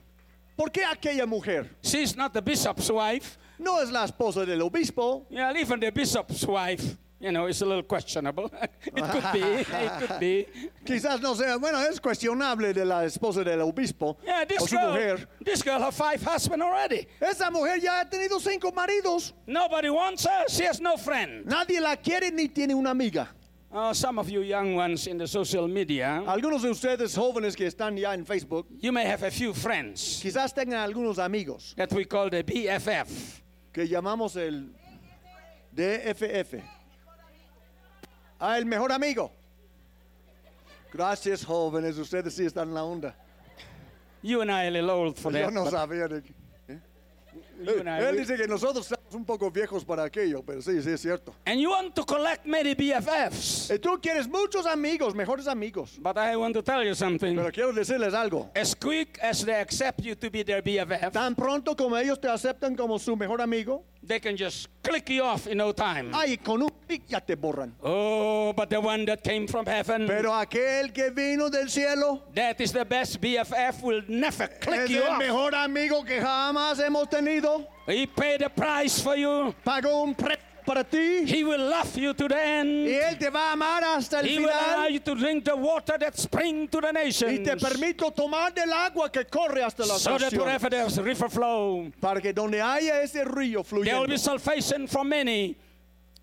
Speaker 1: ¿por qué aquella mujer
Speaker 2: She's not the bishop's wife.
Speaker 1: no es la esposa del obispo?
Speaker 2: Yeah, even the bishop's wife you know, it's a little questionable. [laughs] it could be. It could be.
Speaker 1: Quizás no sea, bueno, es cuestionable de la esposa del obispo
Speaker 2: Yeah,
Speaker 1: o
Speaker 2: this
Speaker 1: su
Speaker 2: girl,
Speaker 1: mujer.
Speaker 2: this girl have five husbands already.
Speaker 1: Esa mujer ya ha tenido cinco maridos.
Speaker 2: Nobody wants her. She has no friend.
Speaker 1: Nadie la quiere ni tiene una amiga.
Speaker 2: Oh, some of you young ones in the social media,
Speaker 1: Algunos de ustedes jóvenes que están ya en Facebook,
Speaker 2: you may have a few friends
Speaker 1: quizás tengan algunos amigos
Speaker 2: that we call the BFF.
Speaker 1: que llamamos el DFF. Ah, el mejor amigo. Gracias, jóvenes. Ustedes sí están en la onda.
Speaker 2: You and I are a little old for
Speaker 1: Yo
Speaker 2: that.
Speaker 1: no
Speaker 2: but
Speaker 1: sabía. de qué.
Speaker 2: you and, I,
Speaker 1: Él
Speaker 2: we-
Speaker 1: dice que nosotros estamos un poco viejos para aquello, pero sí, sí es cierto.
Speaker 2: and you want to collect many BFFs.
Speaker 1: Y tú quieres muchos amigos, mejores amigos.
Speaker 2: But I want to tell you something.
Speaker 1: Pero quiero decirles algo.
Speaker 2: As quick as they accept you to be their BFF,
Speaker 1: Tan pronto como ellos te aceptan como su mejor amigo,
Speaker 2: they can just click you off in no time.
Speaker 1: ay, con un clic ya te borran.
Speaker 2: Oh, but the one that came from heaven,
Speaker 1: Pero aquel que vino del cielo
Speaker 2: that is the best BFF, will never click
Speaker 1: es
Speaker 2: you
Speaker 1: el
Speaker 2: off.
Speaker 1: mejor amigo que jamás hemos tenido.
Speaker 2: He paid a price for you.
Speaker 1: Pagó un precio para ti
Speaker 2: He will love you to the
Speaker 1: y
Speaker 2: end.
Speaker 1: él te va a amar hasta el
Speaker 2: He will allow
Speaker 1: final.
Speaker 2: you to drink the water that spring to the
Speaker 1: Y
Speaker 2: nations.
Speaker 1: te permito tomar del agua que corre hasta las
Speaker 2: So that
Speaker 1: naciones.
Speaker 2: wherever there's river flow,
Speaker 1: Para que donde haya ese río
Speaker 2: there will
Speaker 1: fluyendo,
Speaker 2: be salvation for many.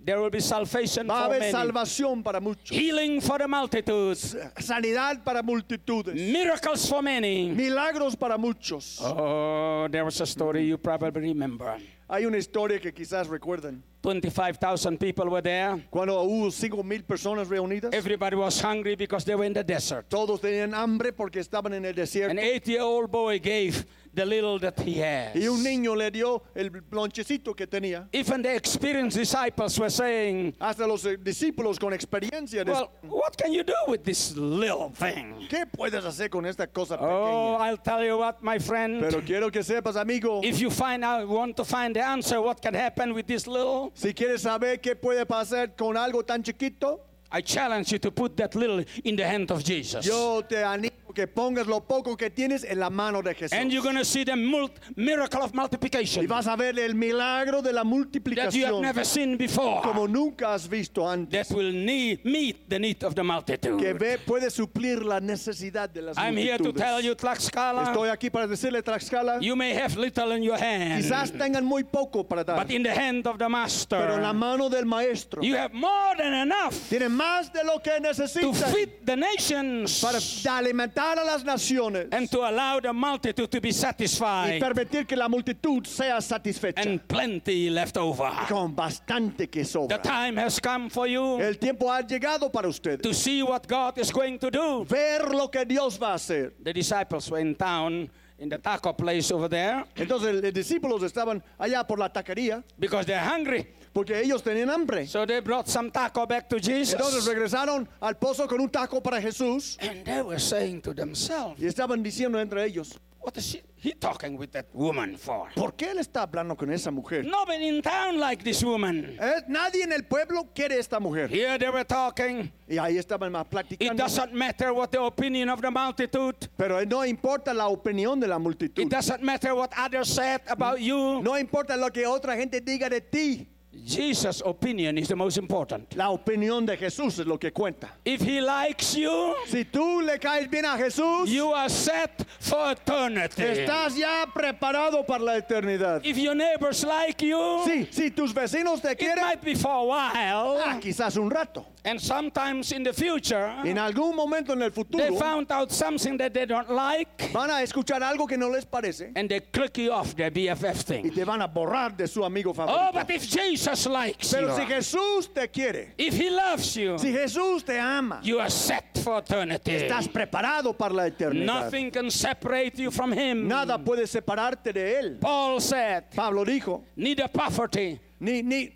Speaker 2: There will be salvation
Speaker 1: va a
Speaker 2: for
Speaker 1: haber
Speaker 2: many.
Speaker 1: salvación para muchos,
Speaker 2: Healing for the multitudes.
Speaker 1: sanidad para multitudes,
Speaker 2: Miracles for many.
Speaker 1: milagros para muchos.
Speaker 2: Oh, there was a story you probably remember.
Speaker 1: Hay una historia que quizás recuerden.
Speaker 2: 25,000 people were there.
Speaker 1: Cuando hubo cinco mil personas reunidas,
Speaker 2: Everybody was hungry because they were in the desert.
Speaker 1: todos tenían hambre porque estaban en el
Speaker 2: An
Speaker 1: desierto.
Speaker 2: eight year old boy gave the little that he had.
Speaker 1: Y un niño le dio el lonchecito que tenía.
Speaker 2: Even the experienced disciples were saying,
Speaker 1: Hasta los eh, discípulos con experiencia. de-
Speaker 2: Well, what can you do with this little thing?
Speaker 1: ¿Qué puedes hacer con esta cosa
Speaker 2: Oh,
Speaker 1: pequeña?
Speaker 2: I'll tell you what, my friend.
Speaker 1: Pero quiero que sepas, amigo,
Speaker 2: If you find out, want to find the answer, what can happen with this little?
Speaker 1: si quieres saber qué puede pasar con algo tan chiquito,
Speaker 2: I challenge you to put that little in the hand of Jesus.
Speaker 1: yo te animo que pongas lo poco que tienes en la mano de Jesús.
Speaker 2: And you're going to see the mult- miracle of
Speaker 1: Y
Speaker 2: multiplication
Speaker 1: vas a ver el milagro de la
Speaker 2: that you have
Speaker 1: multiplicación
Speaker 2: never seen before.
Speaker 1: como nunca has visto antes.
Speaker 2: That will need, meet the need of the
Speaker 1: que
Speaker 2: multitude.
Speaker 1: ve, puede suplir la necesidad de las
Speaker 2: I'm here to
Speaker 1: multitudes.
Speaker 2: tell you, Tlaxcala,
Speaker 1: Estoy aquí para decirle, Tlaxcala,
Speaker 2: you may have little in your
Speaker 1: quizás
Speaker 2: hand,
Speaker 1: tengan muy poco para dar,
Speaker 2: but in the hand of the
Speaker 1: pero en la
Speaker 2: Master,
Speaker 1: mano del Maestro
Speaker 2: you have more than enough
Speaker 1: tienen más de lo que
Speaker 2: to
Speaker 1: necesitan
Speaker 2: feed the nations
Speaker 1: para alimentar a las naciones
Speaker 2: and to allow the multitude to be
Speaker 1: y
Speaker 2: satisfied
Speaker 1: permitir que la multitud sea satisfecha
Speaker 2: and plenty left over.
Speaker 1: con bastante que
Speaker 2: The
Speaker 1: sobra.
Speaker 2: time has come for you
Speaker 1: El tiempo ha llegado para ustedes.
Speaker 2: to see what God is going to do.
Speaker 1: Ver lo que Dios va a hacer.
Speaker 2: The disciples were in town in the taco place over there
Speaker 1: Entonces los discípulos estaban allá por la taquería
Speaker 2: because they're hungry.
Speaker 1: porque ellos tenían hambre.
Speaker 2: So they brought some taco back to
Speaker 1: Entonces
Speaker 2: Jesus.
Speaker 1: regresaron al pozo con un taco para Jesús
Speaker 2: And they were saying to themselves,
Speaker 1: y estaban diciendo entre ellos,
Speaker 2: What is he, he talking with that woman for?
Speaker 1: ¿por qué él está hablando con esa mujer?
Speaker 2: Nobody in town like this woman.
Speaker 1: Eh, nadie en el pueblo quiere esta mujer.
Speaker 2: Here they were talking.
Speaker 1: Y ahí estaban más
Speaker 2: It
Speaker 1: platicando.
Speaker 2: doesn't matter what the opinion of the multitude.
Speaker 1: Pero no importa la opinión de la
Speaker 2: It
Speaker 1: multitud.
Speaker 2: doesn't matter what others said about you.
Speaker 1: No importa lo que otra gente diga de ti.
Speaker 2: Jesus' opinion is the most important.
Speaker 1: La opinión de Jesús es lo que cuenta.
Speaker 2: If he likes you,
Speaker 1: Si tú le caes bien a Jesús,
Speaker 2: you are set for eternity.
Speaker 1: estás ya preparado para la eternidad.
Speaker 2: If your neighbors like you,
Speaker 1: Sí, si tus vecinos te
Speaker 2: it
Speaker 1: quieren,
Speaker 2: might be for a
Speaker 1: ah,
Speaker 2: while.
Speaker 1: quizás un rato.
Speaker 2: And sometimes in the future,
Speaker 1: En algún momento en el futuro,
Speaker 2: Ah. they found out something that they don't like
Speaker 1: van a escuchar algo que no les parece
Speaker 2: and they click you off their BFF
Speaker 1: y
Speaker 2: thing.
Speaker 1: te van a borrar de su amigo
Speaker 2: Oh,
Speaker 1: favorito.
Speaker 2: but if Jesus likes
Speaker 1: Pero si
Speaker 2: you,
Speaker 1: Jesús te quiere,
Speaker 2: if he loves you,
Speaker 1: si Jesús te ama,
Speaker 2: you are set for eternity.
Speaker 1: estás preparado para la eternidad.
Speaker 2: Nothing can separate you from him.
Speaker 1: Nada puede separarte de Él.
Speaker 2: Paul said,
Speaker 1: Pablo dijo,
Speaker 2: neither poverty,
Speaker 1: ni, ni,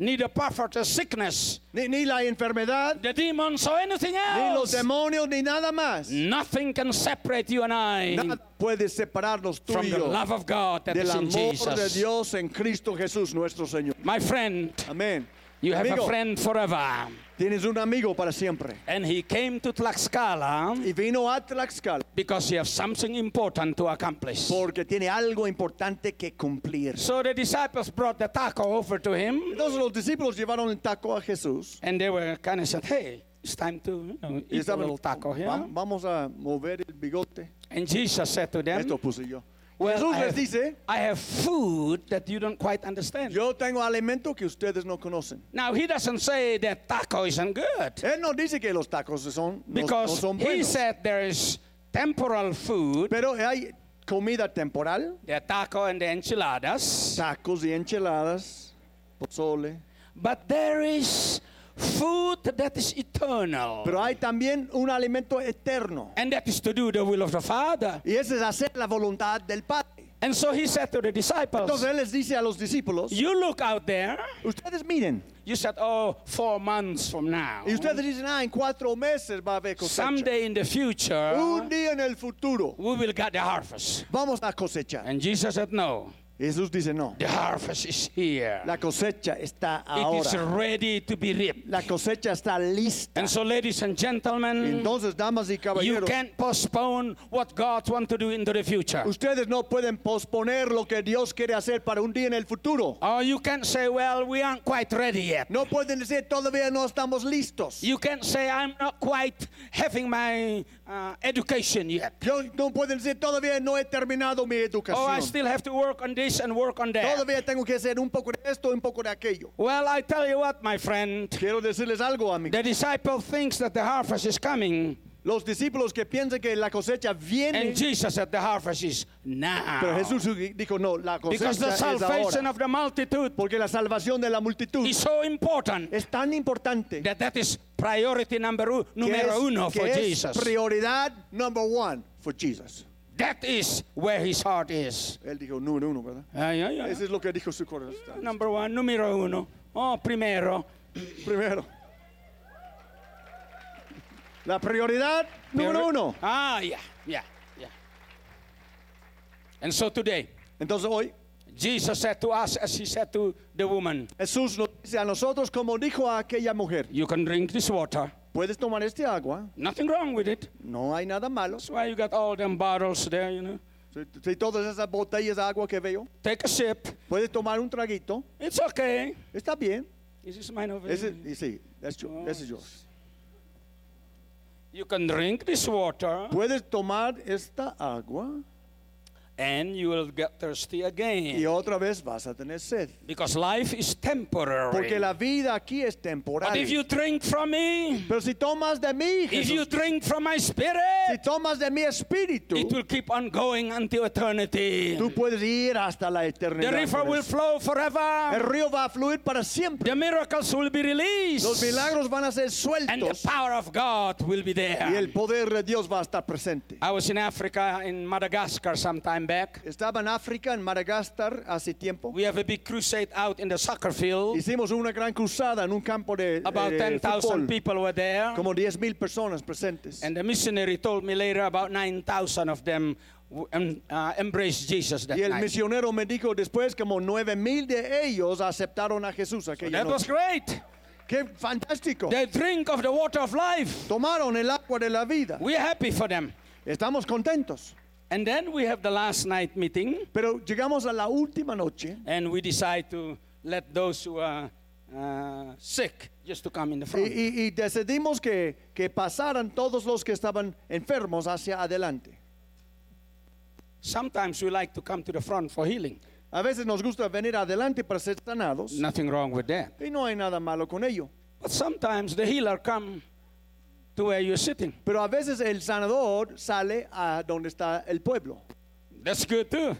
Speaker 2: neither poverty, sickness,
Speaker 1: ni, ni la enfermedad,
Speaker 2: the demons or anything
Speaker 1: ni los
Speaker 2: else.
Speaker 1: demonios, ni nada más.
Speaker 2: Nothing can separate you and I
Speaker 1: Nada puede separarnos tú
Speaker 2: from
Speaker 1: y
Speaker 2: the
Speaker 1: yo
Speaker 2: love of God that
Speaker 1: del
Speaker 2: is in
Speaker 1: amor de
Speaker 2: Jesus.
Speaker 1: Dios en Cristo Jesús nuestro Señor.
Speaker 2: My friend,
Speaker 1: Amén.
Speaker 2: You have a
Speaker 1: Amigo.
Speaker 2: friend forever.
Speaker 1: Tienes un amigo para siempre.
Speaker 2: And he came to Tlaxcala
Speaker 1: Y vino a Tlaxcala
Speaker 2: because he has something important to accomplish.
Speaker 1: porque tiene algo importante que cumplir.
Speaker 2: So the disciples brought the taco over to him,
Speaker 1: Entonces los discípulos llevaron el taco a Jesús.
Speaker 2: and they were kind of said, "Hey, it's time to you know,
Speaker 1: Y
Speaker 2: eat a
Speaker 1: estaban,
Speaker 2: little taco here."
Speaker 1: "Va- vamos a mover el bigote.
Speaker 2: And Jesus said to them,
Speaker 1: Esto puse yo.
Speaker 2: ¿Em? well,
Speaker 1: Jesús
Speaker 2: I,
Speaker 1: les
Speaker 2: have,
Speaker 1: dice,
Speaker 2: I have food that you don't quite understand."
Speaker 1: yo tengo alimento que ustedes no conocen.
Speaker 2: Now he doesn't say that taco isn't good
Speaker 1: Él no dice que los tacos son, no, no
Speaker 2: because
Speaker 1: son
Speaker 2: he
Speaker 1: buenos.
Speaker 2: said there is temporal food,
Speaker 1: Pero hay comida temporal,
Speaker 2: the taco and the enchiladas,
Speaker 1: tacos y enchiladas, pozole.
Speaker 2: but there is food that is eternal,
Speaker 1: Pero hay también un alimento eterno.
Speaker 2: and that is to do the will of the Father.
Speaker 1: Y ese es hacer la voluntad del Padre.
Speaker 2: And so he said to the disciples,
Speaker 1: Entonces Él les dice a los discípulos,
Speaker 2: "You look out there."
Speaker 1: ustedes miren.
Speaker 2: You said, "Oh, four months from now,
Speaker 1: Y ustedes dicen, ah, en cuatro meses va a haber cosecha.
Speaker 2: Oh. someday uh-huh. in the future,
Speaker 1: Un día en el futuro
Speaker 2: we will get the harvest."
Speaker 1: vamos a cosechar.
Speaker 2: And Jesus said, "No,
Speaker 1: Jesús dice, no,
Speaker 2: the harvest is here.
Speaker 1: la cosecha está
Speaker 2: It is
Speaker 1: ahora.
Speaker 2: ready to be reaped."
Speaker 1: La cosecha está lista.
Speaker 2: And so, ladies and gentlemen,
Speaker 1: Entonces, damas y
Speaker 2: Mm. you
Speaker 1: caballeros,
Speaker 2: can't postpone what God wants to do into the future.
Speaker 1: ustedes no pueden posponer lo que Dios quiere hacer para un día en el futuro.
Speaker 2: Or you can't say, "Well, we aren't quite ready yet."
Speaker 1: No pueden decir, todavía no estamos listos.
Speaker 2: You can't say, "I'm not quite having my uh, education yet."
Speaker 1: Yo no pueden decir, todavía no he terminado mi
Speaker 2: Oh, I
Speaker 1: educación.
Speaker 2: still have to work on this and work on that.
Speaker 1: Todavía tengo que hacer un poco de esto, un poco de aquello.
Speaker 2: Well, I tell you what, my friend.
Speaker 1: Quiero decirles algo, amigos.
Speaker 2: The disciple thinks that the harvest is coming,
Speaker 1: Los discípulos que piensan que la cosecha viene
Speaker 2: and Jesus said the harvest is now.
Speaker 1: Pero Jesús dijo, no, la cosecha
Speaker 2: because the
Speaker 1: es
Speaker 2: salvation
Speaker 1: ahora.
Speaker 2: of the multitude
Speaker 1: Porque la salvación de la multitud
Speaker 2: is so important
Speaker 1: es tan importante
Speaker 2: that that is priority number u-
Speaker 1: Eh. que es,
Speaker 2: numero uno
Speaker 1: que
Speaker 2: for
Speaker 1: es
Speaker 2: Jesus.
Speaker 1: prioridad number one for Jesus.
Speaker 2: that is where his heart is.
Speaker 1: Él dijo número uno, ¿verdad?
Speaker 2: Ay, ay, ay.
Speaker 1: Eso es lo que dijo su corazón.
Speaker 2: Ah, Number one, numero uno. Oh, primero.
Speaker 1: Primero. La prioridad número uno.
Speaker 2: Ah, yeah, yeah, yeah. And so today,
Speaker 1: Entonces hoy
Speaker 2: Jesus said to us, as he said to the woman,
Speaker 1: Jesús nos dice a nosotros como dijo a aquella mujer,
Speaker 2: You can drink this water.
Speaker 1: puedes tomar este agua,
Speaker 2: Nothing wrong with it.
Speaker 1: no hay nada malo.
Speaker 2: That's why you got all them bottles there, you know.
Speaker 1: Si, si todas esas botellas de agua que veo,
Speaker 2: Take a sip.
Speaker 1: puedes tomar un traguito,
Speaker 2: It's okay.
Speaker 1: está bien.
Speaker 2: This is mine over
Speaker 1: Ese,
Speaker 2: there.
Speaker 1: y sí, that's yo- ese es yours.
Speaker 2: You can drink this water
Speaker 1: Puedes tomar esta agua
Speaker 2: and you will get thirsty
Speaker 1: y
Speaker 2: again.
Speaker 1: otra vez vas a tener sed.
Speaker 2: Because life is
Speaker 1: Porque
Speaker 2: temporary.
Speaker 1: la vida aquí es
Speaker 2: But if
Speaker 1: temporal.
Speaker 2: you drink from me,
Speaker 1: Pero si tomas de mí,
Speaker 2: if you
Speaker 1: Jesús,
Speaker 2: drink from my
Speaker 1: si
Speaker 2: spirit,
Speaker 1: tomas de mi espíritu,
Speaker 2: it will keep on going until eternity.
Speaker 1: tú puedes ir hasta la
Speaker 2: The
Speaker 1: eternidad.
Speaker 2: river
Speaker 1: con
Speaker 2: will
Speaker 1: eso.
Speaker 2: flow
Speaker 1: El
Speaker 2: forever.
Speaker 1: río va a fluir para siempre.
Speaker 2: The miracles will be
Speaker 1: Los
Speaker 2: released.
Speaker 1: milagros van a ser
Speaker 2: And the
Speaker 1: sueltos
Speaker 2: power of God will be
Speaker 1: y el
Speaker 2: there.
Speaker 1: poder de Dios va a estar presente.
Speaker 2: I was in Africa, in Madagascar, some time back.
Speaker 1: Estaba en África, en Madagascar, hace tiempo.
Speaker 2: We have a big crusade out in the soccer field.
Speaker 1: Hicimos una gran cruzada en un campo de
Speaker 2: About
Speaker 1: eh,
Speaker 2: 10,000
Speaker 1: fútbol.
Speaker 2: people were there.
Speaker 1: Como 10.000 personas presentes.
Speaker 2: And the missionary told me later about 9,000 of them w- em- uh, embraced Jesus that
Speaker 1: Y el
Speaker 2: night.
Speaker 1: misionero me dijo después como nueve mil de ellos aceptaron a Jesús aquella
Speaker 2: That was
Speaker 1: noche.
Speaker 2: great.
Speaker 1: ¡Qué fantástico!
Speaker 2: They drink of the water of life.
Speaker 1: Tomaron el agua de la vida.
Speaker 2: We're happy for them.
Speaker 1: Estamos contentos.
Speaker 2: And then we have the last night meeting,
Speaker 1: Pero llegamos a la última noche
Speaker 2: and we decide to let those who are uh, sick just to come in the
Speaker 1: y,
Speaker 2: front.
Speaker 1: y- y decidimos que, que pasaran todos los que estaban enfermos hacia adelante.
Speaker 2: Sometimes we like to come to the front for healing.
Speaker 1: A veces nos gusta venir adelante para ser sanados
Speaker 2: Nothing wrong with that.
Speaker 1: y no hay nada malo con ello.
Speaker 2: But sometimes the healer come to where you're sitting.
Speaker 1: Pero a veces el sanador sale a donde está el pueblo.
Speaker 2: That's good too.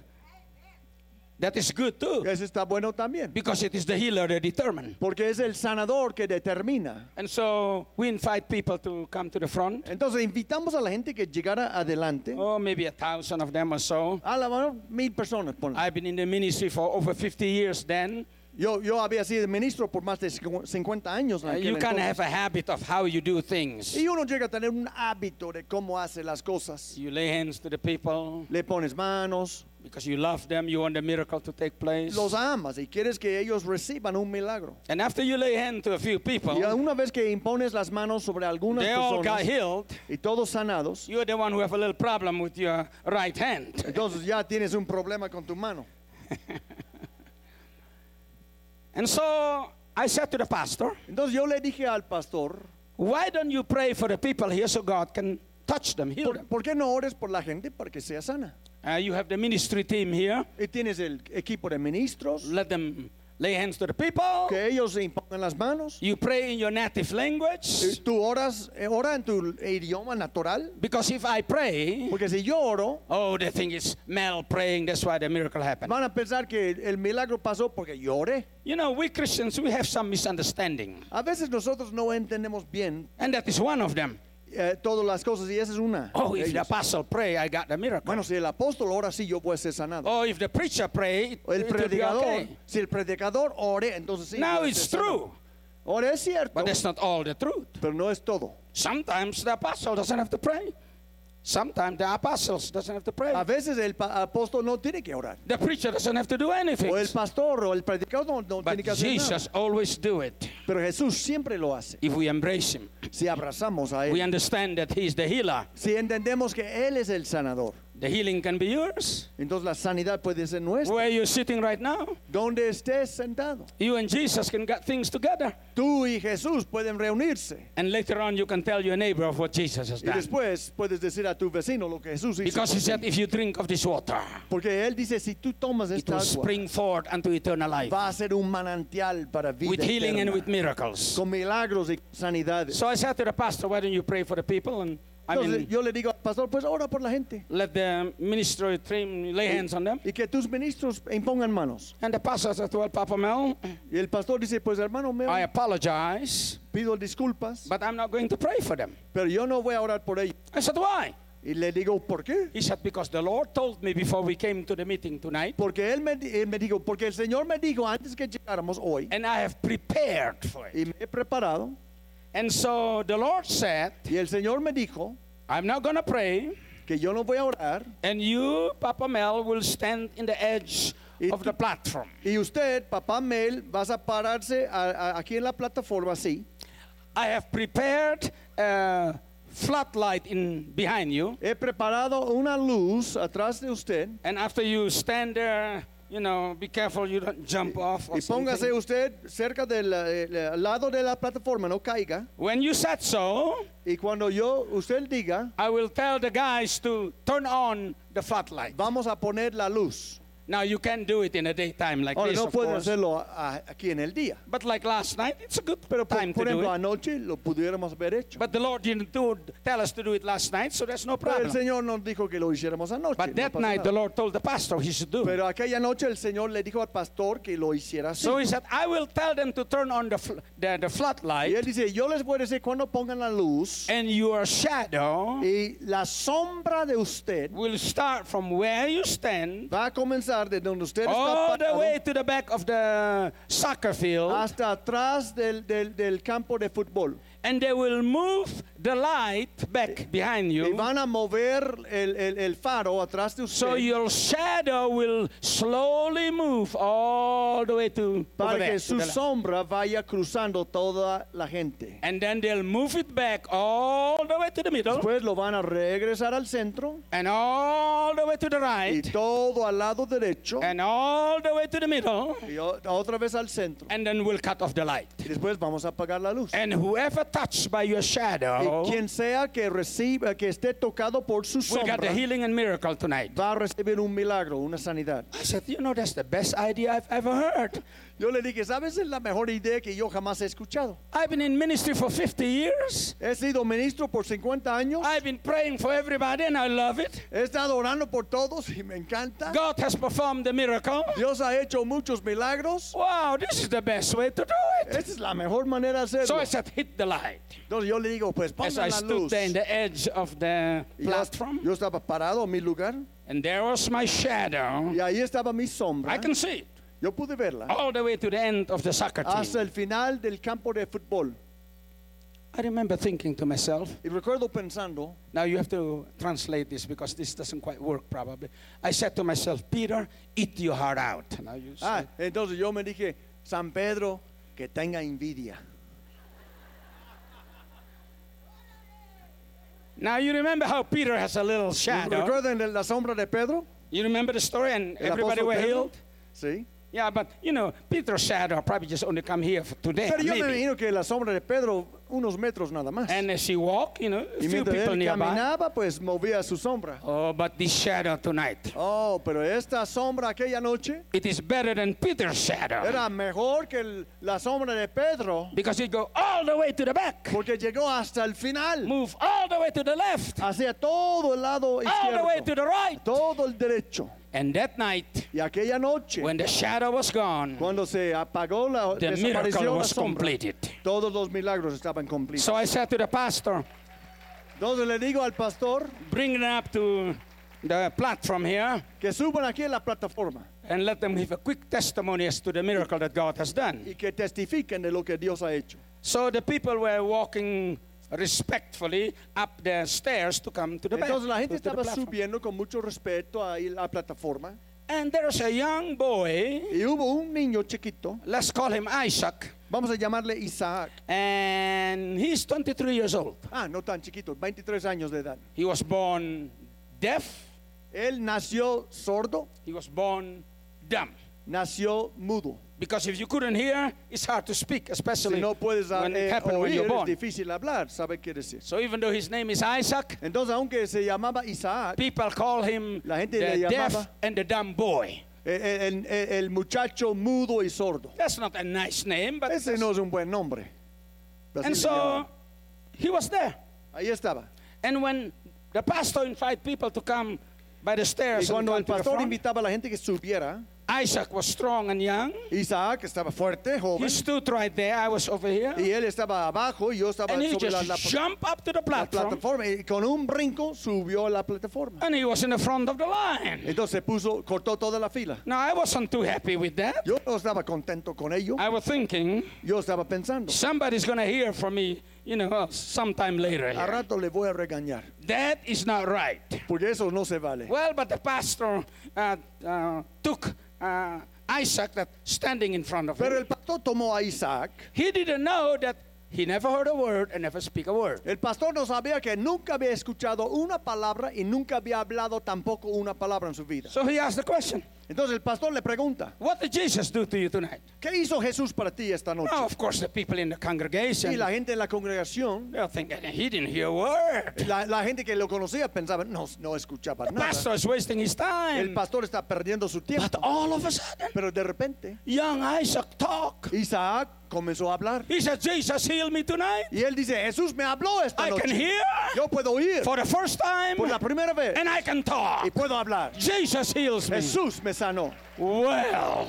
Speaker 2: That is good too.
Speaker 1: Eso está bueno también.
Speaker 2: Because it is the healer that determines.
Speaker 1: Porque es el sanador que determina.
Speaker 2: And so we invite people to come to the front.
Speaker 1: Entonces invitamos a la gente que llegara adelante.
Speaker 2: Oh, maybe a thousand of them or so.
Speaker 1: A la mano, mil personas. ponle.
Speaker 2: I've been in the ministry for over 50 years then.
Speaker 1: Yo, yo había sido ministro por más de cincu- 50 años. en
Speaker 2: Uh,
Speaker 1: aquel
Speaker 2: you can
Speaker 1: entonces.
Speaker 2: have a habit of how you do things.
Speaker 1: Y uno llega a tener un hábito de cómo hace las cosas.
Speaker 2: You lay hands to the people,
Speaker 1: Le pones manos,
Speaker 2: Because you love them, you want the miracle to take place.
Speaker 1: Los amas y quieres que ellos reciban un milagro.
Speaker 2: And after you lay hand to a few
Speaker 1: Y
Speaker 2: people,
Speaker 1: una vez que impones las manos sobre algunas
Speaker 2: they all got
Speaker 1: personas
Speaker 2: healed.
Speaker 1: y todos sanados,
Speaker 2: You're the one who have a little problem with your right hand.
Speaker 1: entonces ya tienes un problema con tu mano.
Speaker 2: And so I said to the pastor,
Speaker 1: Entonces yo le dije al pastor,
Speaker 2: why don't you pray for the people here so God can touch them, heal
Speaker 1: ¿por,
Speaker 2: them?
Speaker 1: por qué no ores por la gente para que sea sana?
Speaker 2: Uh, you have the ministry team here.
Speaker 1: Y tienes el equipo de ministros,
Speaker 2: Let them lay hands to the people.
Speaker 1: que ellos se impongan las manos.
Speaker 2: You pray in your native
Speaker 1: Y
Speaker 2: language.
Speaker 1: Tú oras, eh, ora en tu idioma natural,
Speaker 2: Because if I pray,
Speaker 1: porque si yo oro,
Speaker 2: oh, they think it's Mel praying, that's why the miracle happened.
Speaker 1: van a pensar que el milagro pasó porque yo oré.
Speaker 2: You know, we Christians, we have some misunderstanding.
Speaker 1: A veces nosotros no entendemos bien
Speaker 2: And that is one of them.
Speaker 1: eh, todas las cosas y esa es una.
Speaker 2: Oh,
Speaker 1: de
Speaker 2: if the
Speaker 1: ellas.
Speaker 2: apostle pray, I got the miracle.
Speaker 1: Bueno, si el apóstol ora sí, yo puedo ser sanado.
Speaker 2: Oh, if the preacher pray, it,
Speaker 1: O el
Speaker 2: it will be
Speaker 1: predicador,
Speaker 2: okay.
Speaker 1: si el predicador ore, entonces sí.
Speaker 2: Now
Speaker 1: puede
Speaker 2: it's
Speaker 1: ser sanado.
Speaker 2: true,
Speaker 1: Ahora es cierto,
Speaker 2: but that's not all the truth.
Speaker 1: pero no es todo.
Speaker 2: Sometimes the apostle doesn't have to pray. Sometimes the apostles doesn't have to pray.
Speaker 1: A veces el pa- apóstol no tiene que orar.
Speaker 2: The preacher doesn't have to do anything.
Speaker 1: O el pastor o el predicador no, no tiene
Speaker 2: But
Speaker 1: que hacer nada.
Speaker 2: Jesus always do it
Speaker 1: Pero Jesús siempre lo hace.
Speaker 2: if we embrace him.
Speaker 1: Si abrazamos a
Speaker 2: We
Speaker 1: Él,
Speaker 2: understand that he is the healer.
Speaker 1: si entendemos que Él es el sanador,
Speaker 2: The healing can be yours.
Speaker 1: entonces la sanidad puede ser nuestra.
Speaker 2: Where you're sitting right now,
Speaker 1: Donde estés sentado,
Speaker 2: you and Jesus can get things together.
Speaker 1: tú y Jesús pueden reunirse.
Speaker 2: And later on, you can tell your neighbor of what Jesus has
Speaker 1: Y
Speaker 2: done.
Speaker 1: después puedes decir a tu vecino lo que Jesús hizo.
Speaker 2: Because he said, if you drink of this water,
Speaker 1: Porque Él dice, si tú tomas
Speaker 2: it
Speaker 1: esta
Speaker 2: will
Speaker 1: agua,
Speaker 2: spring forth unto eternal life
Speaker 1: va a ser un manantial para vida
Speaker 2: with healing and
Speaker 1: eterna,
Speaker 2: with miracles.
Speaker 1: con milagros y sanidades.
Speaker 2: So I said to the pastor, why don't you pray for the people? And I
Speaker 1: Entonces
Speaker 2: mean,
Speaker 1: yo le digo, pastor, pues ora por la gente.
Speaker 2: let the ministry team lay hands on them.
Speaker 1: Y que tus ministros impongan manos.
Speaker 2: And the pastor said, well, Papa Mel,
Speaker 1: Y el pastor dice, pues hermano, me
Speaker 2: I apologize,
Speaker 1: pido disculpas,
Speaker 2: but I'm not going to pray for them.
Speaker 1: pero yo no voy a orar por ellos.
Speaker 2: I said, why?
Speaker 1: Y le digo, ¿por qué?
Speaker 2: He said, because the Lord told me before we came to the meeting tonight,
Speaker 1: Porque él me, di- él me dijo, porque el Señor me dijo antes que llegáramos hoy,
Speaker 2: and I have prepared for it.
Speaker 1: y me he preparado,
Speaker 2: And so the Lord said,
Speaker 1: y el Señor me dijo
Speaker 2: I'm not going to pray,
Speaker 1: que yo no voy a orar,
Speaker 2: and you, Papa Mel, will stand in the edge
Speaker 1: Y
Speaker 2: of
Speaker 1: tú-
Speaker 2: the platform.
Speaker 1: y usted, papá Mel, vas a pararse a- a- aquí en la plataforma así.
Speaker 2: I have prepared a floodlight in behind you,
Speaker 1: He preparado una luz atrás de usted,
Speaker 2: and after you stand there, you know, be careful you don't jump off. Or
Speaker 1: y póngase
Speaker 2: something.
Speaker 1: usted cerca del eh, el lado de la plataforma, no caiga.
Speaker 2: When you said so,
Speaker 1: Y cuando yo, usted diga,
Speaker 2: I will tell the guys to turn on the floodlight.
Speaker 1: vamos a poner la luz.
Speaker 2: Now you can do it in the daytime like
Speaker 1: Ahora,
Speaker 2: this,
Speaker 1: no
Speaker 2: of
Speaker 1: pueden
Speaker 2: course.
Speaker 1: hacerlo a- a- aquí en el día.
Speaker 2: But like last night, it's a good
Speaker 1: Pero por,
Speaker 2: time
Speaker 1: por
Speaker 2: to do
Speaker 1: ejemplo,
Speaker 2: it.
Speaker 1: anoche lo pudiéramos haber hecho.
Speaker 2: But the Lord didn't do, tell us to do it last night, so there's no
Speaker 1: Pero el
Speaker 2: problem.
Speaker 1: Señor nos dijo que lo hiciéramos anoche. no
Speaker 2: But that
Speaker 1: pasa
Speaker 2: night,
Speaker 1: nada.
Speaker 2: the Lord told the pastor he should do it.
Speaker 1: Pero aquella noche el Señor le dijo al pastor que lo hiciera así.
Speaker 2: So he said, I will tell them to turn on the, fl- the,
Speaker 1: y
Speaker 2: the
Speaker 1: él
Speaker 2: floodlight,
Speaker 1: dice, yo les voy a decir cuando pongan la luz
Speaker 2: and your shadow
Speaker 1: y la sombra de usted
Speaker 2: will start from where you stand
Speaker 1: va a comenzar de donde usted
Speaker 2: all
Speaker 1: está
Speaker 2: the
Speaker 1: parado
Speaker 2: way to the back of the soccer field,
Speaker 1: hasta atrás del, del- del campo de fútbol.
Speaker 2: and they will move the light back behind
Speaker 1: Y
Speaker 2: you.
Speaker 1: van a mover el, el- el faro atrás de usted
Speaker 2: So your shadow will slowly move all the way to over
Speaker 1: para
Speaker 2: there,
Speaker 1: que
Speaker 2: to
Speaker 1: su
Speaker 2: the left.
Speaker 1: sombra vaya cruzando toda la gente.
Speaker 2: And then they'll move it back all the way to the middle
Speaker 1: Después lo van a regresar al centro
Speaker 2: and all the way to the
Speaker 1: y
Speaker 2: right
Speaker 1: todo al lado derecho
Speaker 2: and all the way to the middle
Speaker 1: y o- otra vez al centro.
Speaker 2: and then we'll cut off the light.
Speaker 1: Y después vamos a apagar la luz.
Speaker 2: And whoever touched by your shadow
Speaker 1: Y quien sea que reciba, que esté tocado por su
Speaker 2: will get the
Speaker 1: sombra,
Speaker 2: healing and miracle tonight.
Speaker 1: va a recibir un milagro, una sanidad.
Speaker 2: I said, you know, that's the best idea I've ever heard.
Speaker 1: Yo le dije, ¿sabes? Es la mejor idea que yo jamás he escuchado.
Speaker 2: I've been in ministry for 50 years.
Speaker 1: He sido ministro por 50 años,
Speaker 2: I've been praying for everybody and I love it.
Speaker 1: he estado orando por todos y me encanta.
Speaker 2: God has performed the miracle.
Speaker 1: Dios ha hecho muchos milagros.
Speaker 2: Wow, this is the best way to do it.
Speaker 1: Esa es la mejor manera de
Speaker 2: So
Speaker 1: hacerlo.
Speaker 2: I said, hit the light.
Speaker 1: Entonces yo le digo, pues
Speaker 2: As I
Speaker 1: pongan la
Speaker 2: stood
Speaker 1: luz.
Speaker 2: there in the edge of the
Speaker 1: Y yo-
Speaker 2: platform,
Speaker 1: yo estaba parado en mi lugar.
Speaker 2: and there was my shadow.
Speaker 1: Y ahí estaba mi sombra.
Speaker 2: I can Oh, see it
Speaker 1: Yo pude verla
Speaker 2: all the way to the end of the soccer
Speaker 1: hasta
Speaker 2: team.
Speaker 1: el final del campo de fútbol.
Speaker 2: I remember thinking to myself,
Speaker 1: Y recuerdo pensando,
Speaker 2: now you have to translate this because this doesn't quite work probably. I said to myself, Peter, eat your heart out. Now you say,
Speaker 1: ah, entonces yo me dije, San Pedro, que tenga envidia.
Speaker 2: Now you remember how Peter has a little shadow.
Speaker 1: ¿Recuerdan el- la sombra de Pedro?
Speaker 2: You remember the story and
Speaker 1: El
Speaker 2: everybody
Speaker 1: apóstol
Speaker 2: were
Speaker 1: Pedro. eh,
Speaker 2: healed?
Speaker 1: Sí.
Speaker 2: Yeah, but you know, Peter's shadow probably just only come here for today.
Speaker 1: Pero yo me
Speaker 2: maybe.
Speaker 1: imagino que la sombra de Pedro, unos metros nada más.
Speaker 2: And as he walked, you know, a
Speaker 1: y
Speaker 2: few
Speaker 1: mientras
Speaker 2: people
Speaker 1: él
Speaker 2: nearby.
Speaker 1: caminaba, pues movía su sombra.
Speaker 2: Oh, but this shadow tonight,
Speaker 1: Oh, pero esta sombra aquella noche
Speaker 2: it is better than Peter's shadow.
Speaker 1: era mejor que el- la sombra de Pedro,
Speaker 2: Because it go all the way to the back,
Speaker 1: porque llegó hasta el final,
Speaker 2: move all the way to the left,
Speaker 1: hacia todo el lado
Speaker 2: all the way to
Speaker 1: izquierdo,
Speaker 2: the right.
Speaker 1: todo el derecho.
Speaker 2: And that night,
Speaker 1: Y aquella noche,
Speaker 2: when the shadow was gone,
Speaker 1: cuando se apagó la
Speaker 2: the
Speaker 1: desapareció
Speaker 2: miracle
Speaker 1: la
Speaker 2: was
Speaker 1: sombra,
Speaker 2: completed.
Speaker 1: todos los milagros estaban completos.
Speaker 2: So I said to the pastor,
Speaker 1: Entonces le digo al pastor
Speaker 2: bring them up to the platform here
Speaker 1: que suban aquí a la plataforma
Speaker 2: and let them give a quick testimony as to the miracle that God has done.
Speaker 1: y que testifiquen de lo que Dios ha hecho.
Speaker 2: So the people were walking respectfully up the stairs to come to the back.
Speaker 1: Entonces la gente
Speaker 2: to the
Speaker 1: estaba
Speaker 2: platform.
Speaker 1: subiendo con mucho respeto a la plataforma
Speaker 2: And there's a young boy,
Speaker 1: y hubo un niño chiquito,
Speaker 2: let's call him Isaac,
Speaker 1: vamos a llamarle Isaac.
Speaker 2: and he's 23 years old.
Speaker 1: Ah, no tan chiquito, 23 años de edad.
Speaker 2: He was born deaf,
Speaker 1: Él nació sordo,
Speaker 2: he was born dumb.
Speaker 1: nació mudo.
Speaker 2: Because if you couldn't hear, it's hard to speak, especially
Speaker 1: Si no puedes ah,
Speaker 2: when
Speaker 1: eh,
Speaker 2: it happened when
Speaker 1: oír,
Speaker 2: you're
Speaker 1: es
Speaker 2: born.
Speaker 1: difícil hablar, ¿sabe qué decir?
Speaker 2: So even though his name is Isaac,
Speaker 1: Entonces, aunque se llamaba Isaac,
Speaker 2: People call him
Speaker 1: La gente
Speaker 2: the
Speaker 1: le
Speaker 2: deaf
Speaker 1: llamaba-
Speaker 2: and the dumb boy.
Speaker 1: el, e, el- el- el muchacho mudo y sordo.
Speaker 2: That's not a nice name, but
Speaker 1: Ese no es un buen nombre. Así
Speaker 2: and
Speaker 1: se
Speaker 2: so
Speaker 1: llamaba.
Speaker 2: he was there.
Speaker 1: Ahí estaba.
Speaker 2: And when the pastor invited people to come by the
Speaker 1: Y
Speaker 2: stairs, and
Speaker 1: cuando
Speaker 2: come
Speaker 1: el
Speaker 2: to the
Speaker 1: pastor
Speaker 2: front,
Speaker 1: invitaba a la gente que subiera,
Speaker 2: Isaac was strong and young.
Speaker 1: Isaac estaba fuerte,
Speaker 2: He
Speaker 1: joven,
Speaker 2: stood right there. I was over here,
Speaker 1: y él estaba abajo y yo estaba
Speaker 2: and he
Speaker 1: sobre la,
Speaker 2: just
Speaker 1: la-
Speaker 2: jumped up to the
Speaker 1: la
Speaker 2: platform,
Speaker 1: plataforma. Y con un brinco subió a la plataforma.
Speaker 2: and he was in the front of the line.
Speaker 1: Entonces se puso, cortó toda la fila.
Speaker 2: Now I wasn't too happy with that.
Speaker 1: Yo no estaba contento con ello.
Speaker 2: I was thinking
Speaker 1: Yo estaba pensando,
Speaker 2: somebody's gonna hear from me, you know, uh, sometime later.
Speaker 1: a
Speaker 2: here.
Speaker 1: rato le voy a regañar,
Speaker 2: That is not right.
Speaker 1: porque eso no se vale.
Speaker 2: Well, but the pastor uh, uh, took uh, Isaac that standing in front of
Speaker 1: Pero
Speaker 2: him.
Speaker 1: el pastor tomó a Isaac.
Speaker 2: He didn't know that he never heard a word and never speak a word.
Speaker 1: El pastor no sabía que nunca había escuchado una palabra y nunca había hablado tampoco una palabra en su vida.
Speaker 2: So he asked the question,
Speaker 1: Entonces el pastor le pregunta,
Speaker 2: "What did Jesus do to you tonight?"
Speaker 1: ¿qué hizo Jesús para ti esta noche?
Speaker 2: Now, of course, the people in the
Speaker 1: Y
Speaker 2: congregation
Speaker 1: la gente en la congregación,
Speaker 2: they're thinking he didn't hear a word.
Speaker 1: la, la gente que lo conocía pensaba, no, no escuchaba
Speaker 2: The
Speaker 1: nada.
Speaker 2: pastor is wasting his
Speaker 1: El
Speaker 2: time.
Speaker 1: pastor está perdiendo su
Speaker 2: But
Speaker 1: tiempo.
Speaker 2: all of a sudden,
Speaker 1: Pero de repente,
Speaker 2: young Isaac talked.
Speaker 1: Isaac comenzó a hablar.
Speaker 2: He said, "Jesus healed me tonight.
Speaker 1: Y él dice, Jesús me habló esta
Speaker 2: I can
Speaker 1: noche.
Speaker 2: hear
Speaker 1: Yo puedo oír
Speaker 2: for the first time,
Speaker 1: por la primera vez
Speaker 2: and I can
Speaker 1: y
Speaker 2: talk.
Speaker 1: puedo hablar.
Speaker 2: Jesus heals me."
Speaker 1: Jesús me sanó.
Speaker 2: Well,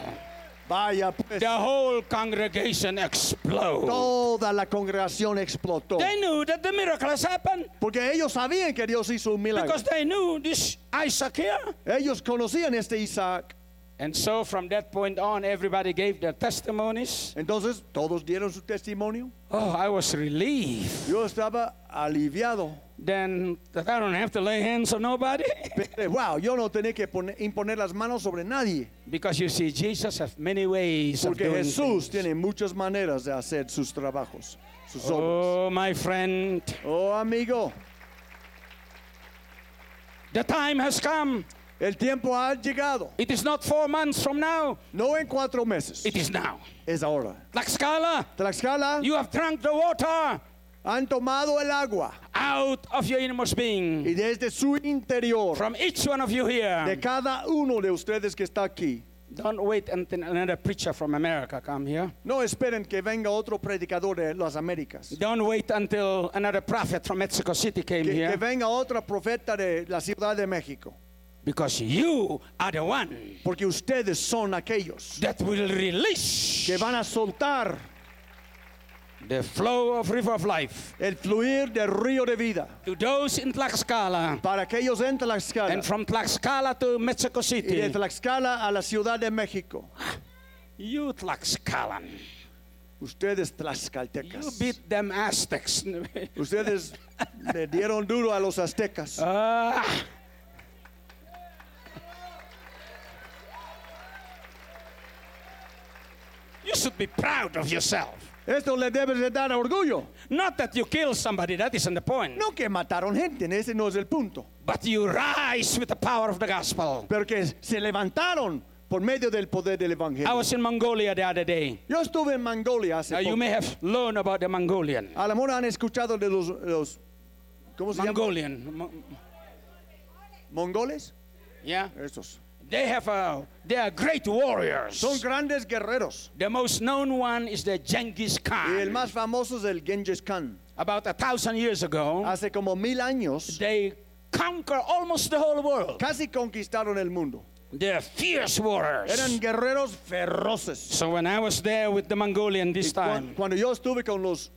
Speaker 1: Vaya, pues,
Speaker 2: the whole congregation exploded.
Speaker 1: toda la congregación explotó.
Speaker 2: They knew that the miracle has happened
Speaker 1: Porque ellos sabían que Dios hizo un milagro.
Speaker 2: because they knew this Isaac here.
Speaker 1: Ellos conocían este Isaac.
Speaker 2: And so from that point on, everybody gave their testimonies.
Speaker 1: Entonces todos dieron su testimonio.
Speaker 2: Oh, I was relieved.
Speaker 1: Yo estaba aliviado.
Speaker 2: Then that I don't have to lay hands on nobody. [laughs]
Speaker 1: Pensé, Wow, yo no tenía que poner- imponer las manos sobre nadie.
Speaker 2: because you see, Jesus has many ways of
Speaker 1: Porque
Speaker 2: doing
Speaker 1: Jesús
Speaker 2: things.
Speaker 1: tiene muchas maneras de hacer sus trabajos, sus obras.
Speaker 2: Oh, my friend,
Speaker 1: Oh, amigo,
Speaker 2: the time has come.
Speaker 1: el tiempo ha llegado.
Speaker 2: It is not four months from now.
Speaker 1: No en cuatro meses,
Speaker 2: It is now.
Speaker 1: es ahora.
Speaker 2: Tlaxcala,
Speaker 1: Tlaxcala
Speaker 2: you have drunk the water.
Speaker 1: han tomado el agua
Speaker 2: out of your innermost being,
Speaker 1: y desde su interior
Speaker 2: from each one of you
Speaker 1: de
Speaker 2: here.
Speaker 1: cada uno de ustedes que está aquí.
Speaker 2: Don't wait until another preacher from America come here.
Speaker 1: No esperen que venga otro predicador de las Américas.
Speaker 2: Don't wait until another prophet from Mexico City came
Speaker 1: Que, que
Speaker 2: here,
Speaker 1: venga otra profeta de la Ciudad de México.
Speaker 2: because you are the one
Speaker 1: Porque ustedes son aquellos
Speaker 2: that will release
Speaker 1: que van a soltar
Speaker 2: the flow of river of life
Speaker 1: el fluir del río de vida.
Speaker 2: to those in Tlaxcala
Speaker 1: Para aquellos en Tlaxcala.
Speaker 2: and from Tlaxcala to Mexico
Speaker 1: Y de
Speaker 2: City.
Speaker 1: Tlaxcala a la Ciudad de México.
Speaker 2: You Tlaxcalan,
Speaker 1: Ustedes
Speaker 2: You
Speaker 1: tlaxcaltecas.
Speaker 2: beat them Aztecs. [laughs]
Speaker 1: Ustedes le dieron duro a los aztecas.
Speaker 2: Ah, you should be proud of yourself.
Speaker 1: Esto le debe de dar orgullo.
Speaker 2: Not that you kill somebody, that isn't the point.
Speaker 1: No que mataron gente, ese no es el punto.
Speaker 2: But you rise with the power of the gospel.
Speaker 1: Pero que se levantaron por medio del poder del
Speaker 2: I
Speaker 1: evangelio.
Speaker 2: was in Mongolia the other day.
Speaker 1: Yo estuve en Mongolia hace
Speaker 2: Now you
Speaker 1: poco.
Speaker 2: may have learned about the Mongolian.
Speaker 1: A lo mejor han escuchado de los, los- ¿cómo se llama?
Speaker 2: Mongolian. Mo-
Speaker 1: Mongoles.
Speaker 2: Yeah.
Speaker 1: Estos.
Speaker 2: They have a they are great warriors.
Speaker 1: Son grandes guerreros.
Speaker 2: The most known one is the Genghis
Speaker 1: Y el
Speaker 2: Khan.
Speaker 1: más famoso es el Genghis Khan.
Speaker 2: About a thousand years ago,
Speaker 1: Hace como mil años
Speaker 2: they conquer almost the whole world.
Speaker 1: casi conquistaron el mundo.
Speaker 2: They're fierce warriors.
Speaker 1: Eran guerreros feroces.
Speaker 2: So when I was there with the Mongolian this
Speaker 1: Y cuan-
Speaker 2: time,
Speaker 1: cuando yo estuve con los,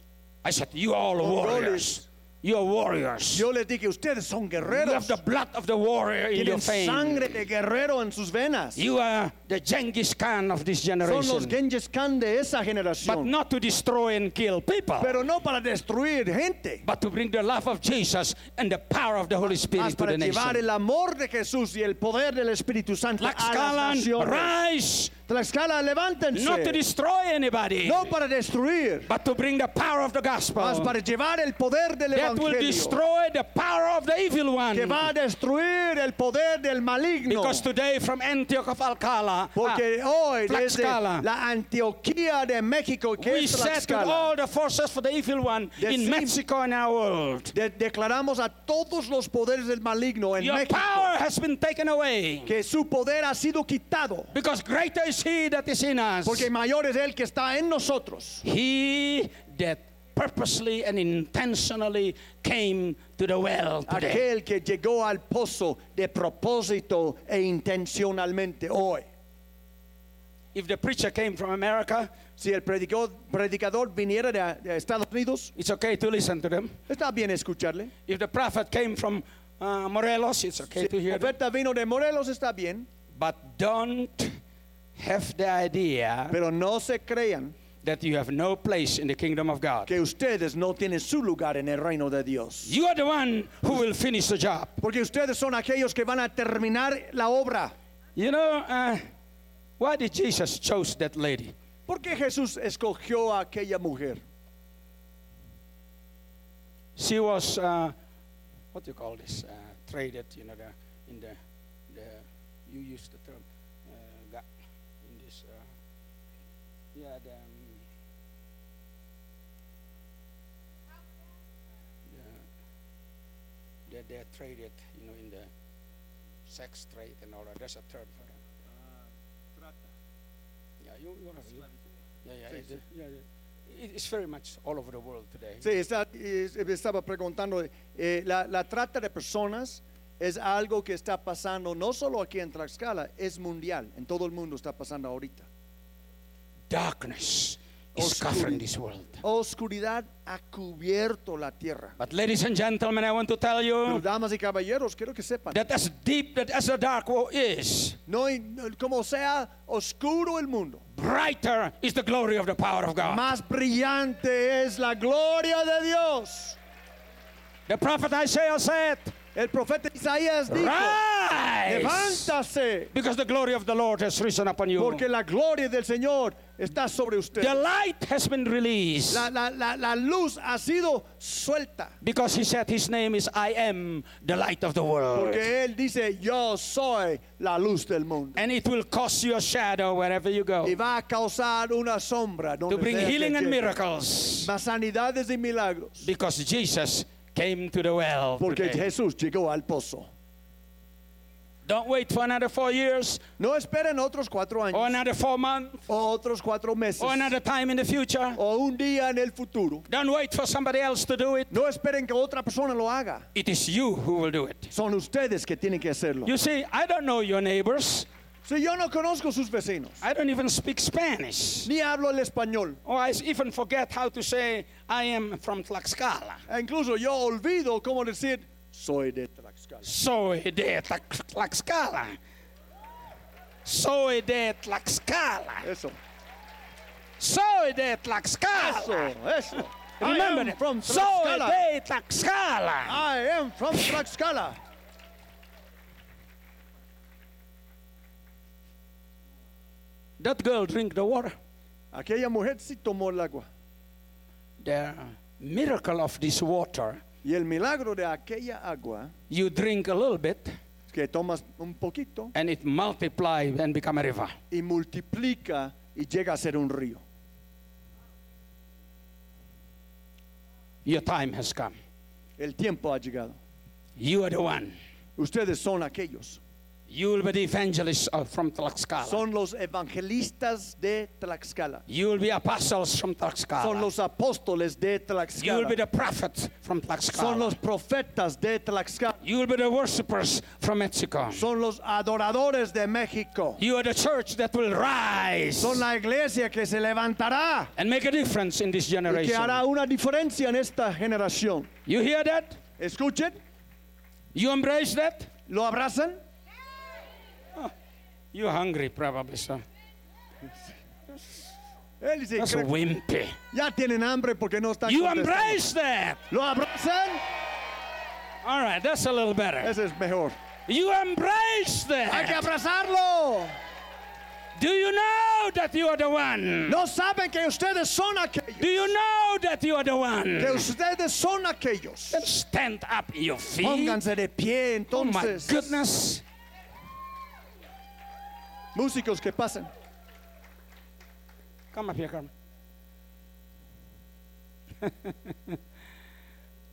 Speaker 2: I said, "You all are warriors. You are warriors. You
Speaker 1: yo les dije, ustedes son
Speaker 2: have
Speaker 1: guerreros.
Speaker 2: the blood of the warrior in your
Speaker 1: Tienen
Speaker 2: veins."
Speaker 1: sangre de guerrero en sus venas.
Speaker 2: You are the Genghis Khan of this
Speaker 1: Son los
Speaker 2: generation.
Speaker 1: Genghis Khan de esa
Speaker 2: But
Speaker 1: generación.
Speaker 2: not to destroy and kill people,
Speaker 1: Pero no para destruir gente,
Speaker 2: but to bring the love of Jesus and the power of the Holy
Speaker 1: más
Speaker 2: Spirit to
Speaker 1: para
Speaker 2: the
Speaker 1: llevar
Speaker 2: nation.
Speaker 1: el amor de Jesús y el poder del Espíritu Santo a las
Speaker 2: Tlaxcalan,
Speaker 1: naciones.
Speaker 2: rise!
Speaker 1: Tlaxcala,
Speaker 2: Not to
Speaker 1: levántense.
Speaker 2: destroy anybody,
Speaker 1: No para destruir,
Speaker 2: but to bring the power of the
Speaker 1: más
Speaker 2: gospel
Speaker 1: para llevar el poder del
Speaker 2: that will
Speaker 1: Evangelio.
Speaker 2: destroy the power of the evil
Speaker 1: Que va
Speaker 2: one.
Speaker 1: a destruir el poder del maligno.
Speaker 2: Because today, from Antioch of Alcala,
Speaker 1: Porque
Speaker 2: ah,
Speaker 1: hoy desde
Speaker 2: Tlaxcala.
Speaker 1: la Antioquía de México, que
Speaker 2: we
Speaker 1: es
Speaker 2: set with
Speaker 1: Tlaxcala,
Speaker 2: all the forces for the evil one in
Speaker 1: Decim-
Speaker 2: Mexico and our world.
Speaker 1: de- declaramos a todos los poderes del maligno en
Speaker 2: Your
Speaker 1: México
Speaker 2: power has been taken away.
Speaker 1: que su poder ha sido quitado.
Speaker 2: Because greater is he that is in us.
Speaker 1: Porque mayor es el que está en nosotros.
Speaker 2: he that purposely and intentionally came to the well today.
Speaker 1: Aquel que llegó al pozo de propósito e intencionalmente hoy.
Speaker 2: If the preacher came from America,
Speaker 1: Si el predicó- predicador viniera de, de Estados Unidos,
Speaker 2: it's okay to listen to them.
Speaker 1: está bien escucharle.
Speaker 2: If the prophet came from uh, Morelos, it's okay to
Speaker 1: Si
Speaker 2: hear them.
Speaker 1: oferta vino de Morelos, está bien.
Speaker 2: But don't have the idea
Speaker 1: Pero no se crean
Speaker 2: that you have no place in the kingdom of God.
Speaker 1: que ustedes no tienen su lugar en el reino de Dios.
Speaker 2: You are the one who will finish the job.
Speaker 1: Porque ustedes son aquellos que van a terminar la obra.
Speaker 2: You know, uh, why did Jesus chose that lady?
Speaker 1: ¿Por qué Jesús escogió a aquella mujer?
Speaker 2: She was, uh, what do you call this? Uh, traded, you know, the, in the, the, you use the term, uh, ga- in this, uh, yeah, the, um, the, they- they're traded, you know, in the sex trade and all that. There's a term for that. Yeah, you, you have you. Yeah, yeah, it, yeah, yeah. It- It's very much all over the world today.
Speaker 1: Sí, está- es- estaba preguntando, eh, la, la trata de personas es algo que está pasando no solo aquí en Tlaxcala, es mundial, en todo el mundo está pasando ahorita.
Speaker 2: Darkness
Speaker 1: Oh,
Speaker 2: is covering this world.
Speaker 1: Oscuridad ha cubierto la tierra.
Speaker 2: But ladies and gentlemen, I want to tell
Speaker 1: Pero
Speaker 2: you
Speaker 1: damas y caballeros, quiero que sepan,
Speaker 2: that as deep that as the dark world is,
Speaker 1: no, hay- no- como sea oscuro el mundo,
Speaker 2: brighter is the glory of the power of God.
Speaker 1: más brillante es la gloria de Dios.
Speaker 2: The prophet Isaiah said,
Speaker 1: El profeta Isaías dijo,
Speaker 2: "Rise,
Speaker 1: levántase,
Speaker 2: because the glory of the Lord has risen upon you.
Speaker 1: porque la gloria del Señor está sobre usted.
Speaker 2: The light has been released,
Speaker 1: La, la- la- la luz ha sido suelta.
Speaker 2: because he said his name is I am the light of the world,
Speaker 1: Porque Él dice, yo soy la luz del mundo.
Speaker 2: and it will cause you a shadow wherever you go
Speaker 1: Y va a causar una sombra.
Speaker 2: to
Speaker 1: Donde
Speaker 2: bring
Speaker 1: sea que
Speaker 2: healing and
Speaker 1: llegue.
Speaker 2: miracles,
Speaker 1: Más sanidades y milagros.
Speaker 2: because Jesus came to the well."
Speaker 1: Porque
Speaker 2: today.
Speaker 1: Jesús llegó al pozo.
Speaker 2: Don't wait for another four years
Speaker 1: No esperen otros cuatro
Speaker 2: or
Speaker 1: años.
Speaker 2: another four months
Speaker 1: O otros cuatro meses.
Speaker 2: or another time in the future.
Speaker 1: O un día en el futuro.
Speaker 2: Don't wait for somebody else to do it.
Speaker 1: No esperen que otra persona lo haga.
Speaker 2: It is you who will do it.
Speaker 1: Son ustedes que tienen que hacerlo.
Speaker 2: You see, I don't know your neighbors.
Speaker 1: Si yo no conozco sus vecinos,
Speaker 2: I don't even speak Spanish.
Speaker 1: ni hablo el español,
Speaker 2: Or I even forget how to say I am from Tlaxcala.
Speaker 1: e incluso yo olvido cómo decir, soy de Tlaxcala.
Speaker 2: Soy de Tla- Tlaxcala. Soy de Tlaxcala.
Speaker 1: Eso.
Speaker 2: Soy de Tlaxcala.
Speaker 1: Eso, eso. I
Speaker 2: Remember
Speaker 1: am
Speaker 2: it.
Speaker 1: from
Speaker 2: Soy
Speaker 1: Tlaxcala.
Speaker 2: de Tlaxcala.
Speaker 1: I am from Tlaxcala.
Speaker 2: That girl drink the water.
Speaker 1: Aquella mujer sí tomó el agua.
Speaker 2: The miracle of this water,
Speaker 1: Y el milagro de aquella agua,
Speaker 2: you drink a little bit
Speaker 1: que tomas un poquito
Speaker 2: and it multiply and become a river.
Speaker 1: y multiplica y llega a ser un río.
Speaker 2: Your time has come.
Speaker 1: El tiempo ha llegado.
Speaker 2: You are the one.
Speaker 1: Ustedes son aquellos.
Speaker 2: You will be the evangelist of- from Tlaxcala.
Speaker 1: Son los evangelistas de Tlaxcala.
Speaker 2: you will be apostles from
Speaker 1: Son
Speaker 2: Tlaxcala.
Speaker 1: los apóstoles de
Speaker 2: You will be
Speaker 1: Tlaxcala.
Speaker 2: the prophets from Tlaxcala.
Speaker 1: Son los profetas de Tlaxcala.
Speaker 2: you will be the worshippers from Mexico.
Speaker 1: Son los adoradores de México.
Speaker 2: you are the church that will rise
Speaker 1: Son la iglesia que se levantará
Speaker 2: and make a difference in this
Speaker 1: y que
Speaker 2: generation.
Speaker 1: hará una diferencia en esta generación.
Speaker 2: You hear that?
Speaker 1: Escuchen,
Speaker 2: You embrace that?
Speaker 1: lo abrazan.
Speaker 2: You're hungry, probably, sir.
Speaker 1: Él dice,
Speaker 2: That's
Speaker 1: "Creo-
Speaker 2: wimpy.
Speaker 1: ya tienen hambre porque no están
Speaker 2: You
Speaker 1: contestando".
Speaker 2: embrace that.
Speaker 1: Lo abrazan,
Speaker 2: All right, that's a little better.
Speaker 1: ese es mejor.
Speaker 2: You embrace
Speaker 1: Hay que
Speaker 2: that.
Speaker 1: abrazarlo.
Speaker 2: Do you know that you are the one?
Speaker 1: No saben que ustedes son aquellos.
Speaker 2: Do you know that you are the one?
Speaker 1: Que ustedes son aquellos.
Speaker 2: Then stand up in your feet.
Speaker 1: Pónganse de pie
Speaker 2: Oh my
Speaker 1: entonces.
Speaker 2: goodness.
Speaker 1: Músicos que pasan.
Speaker 2: Come up here, Carmen. [laughs]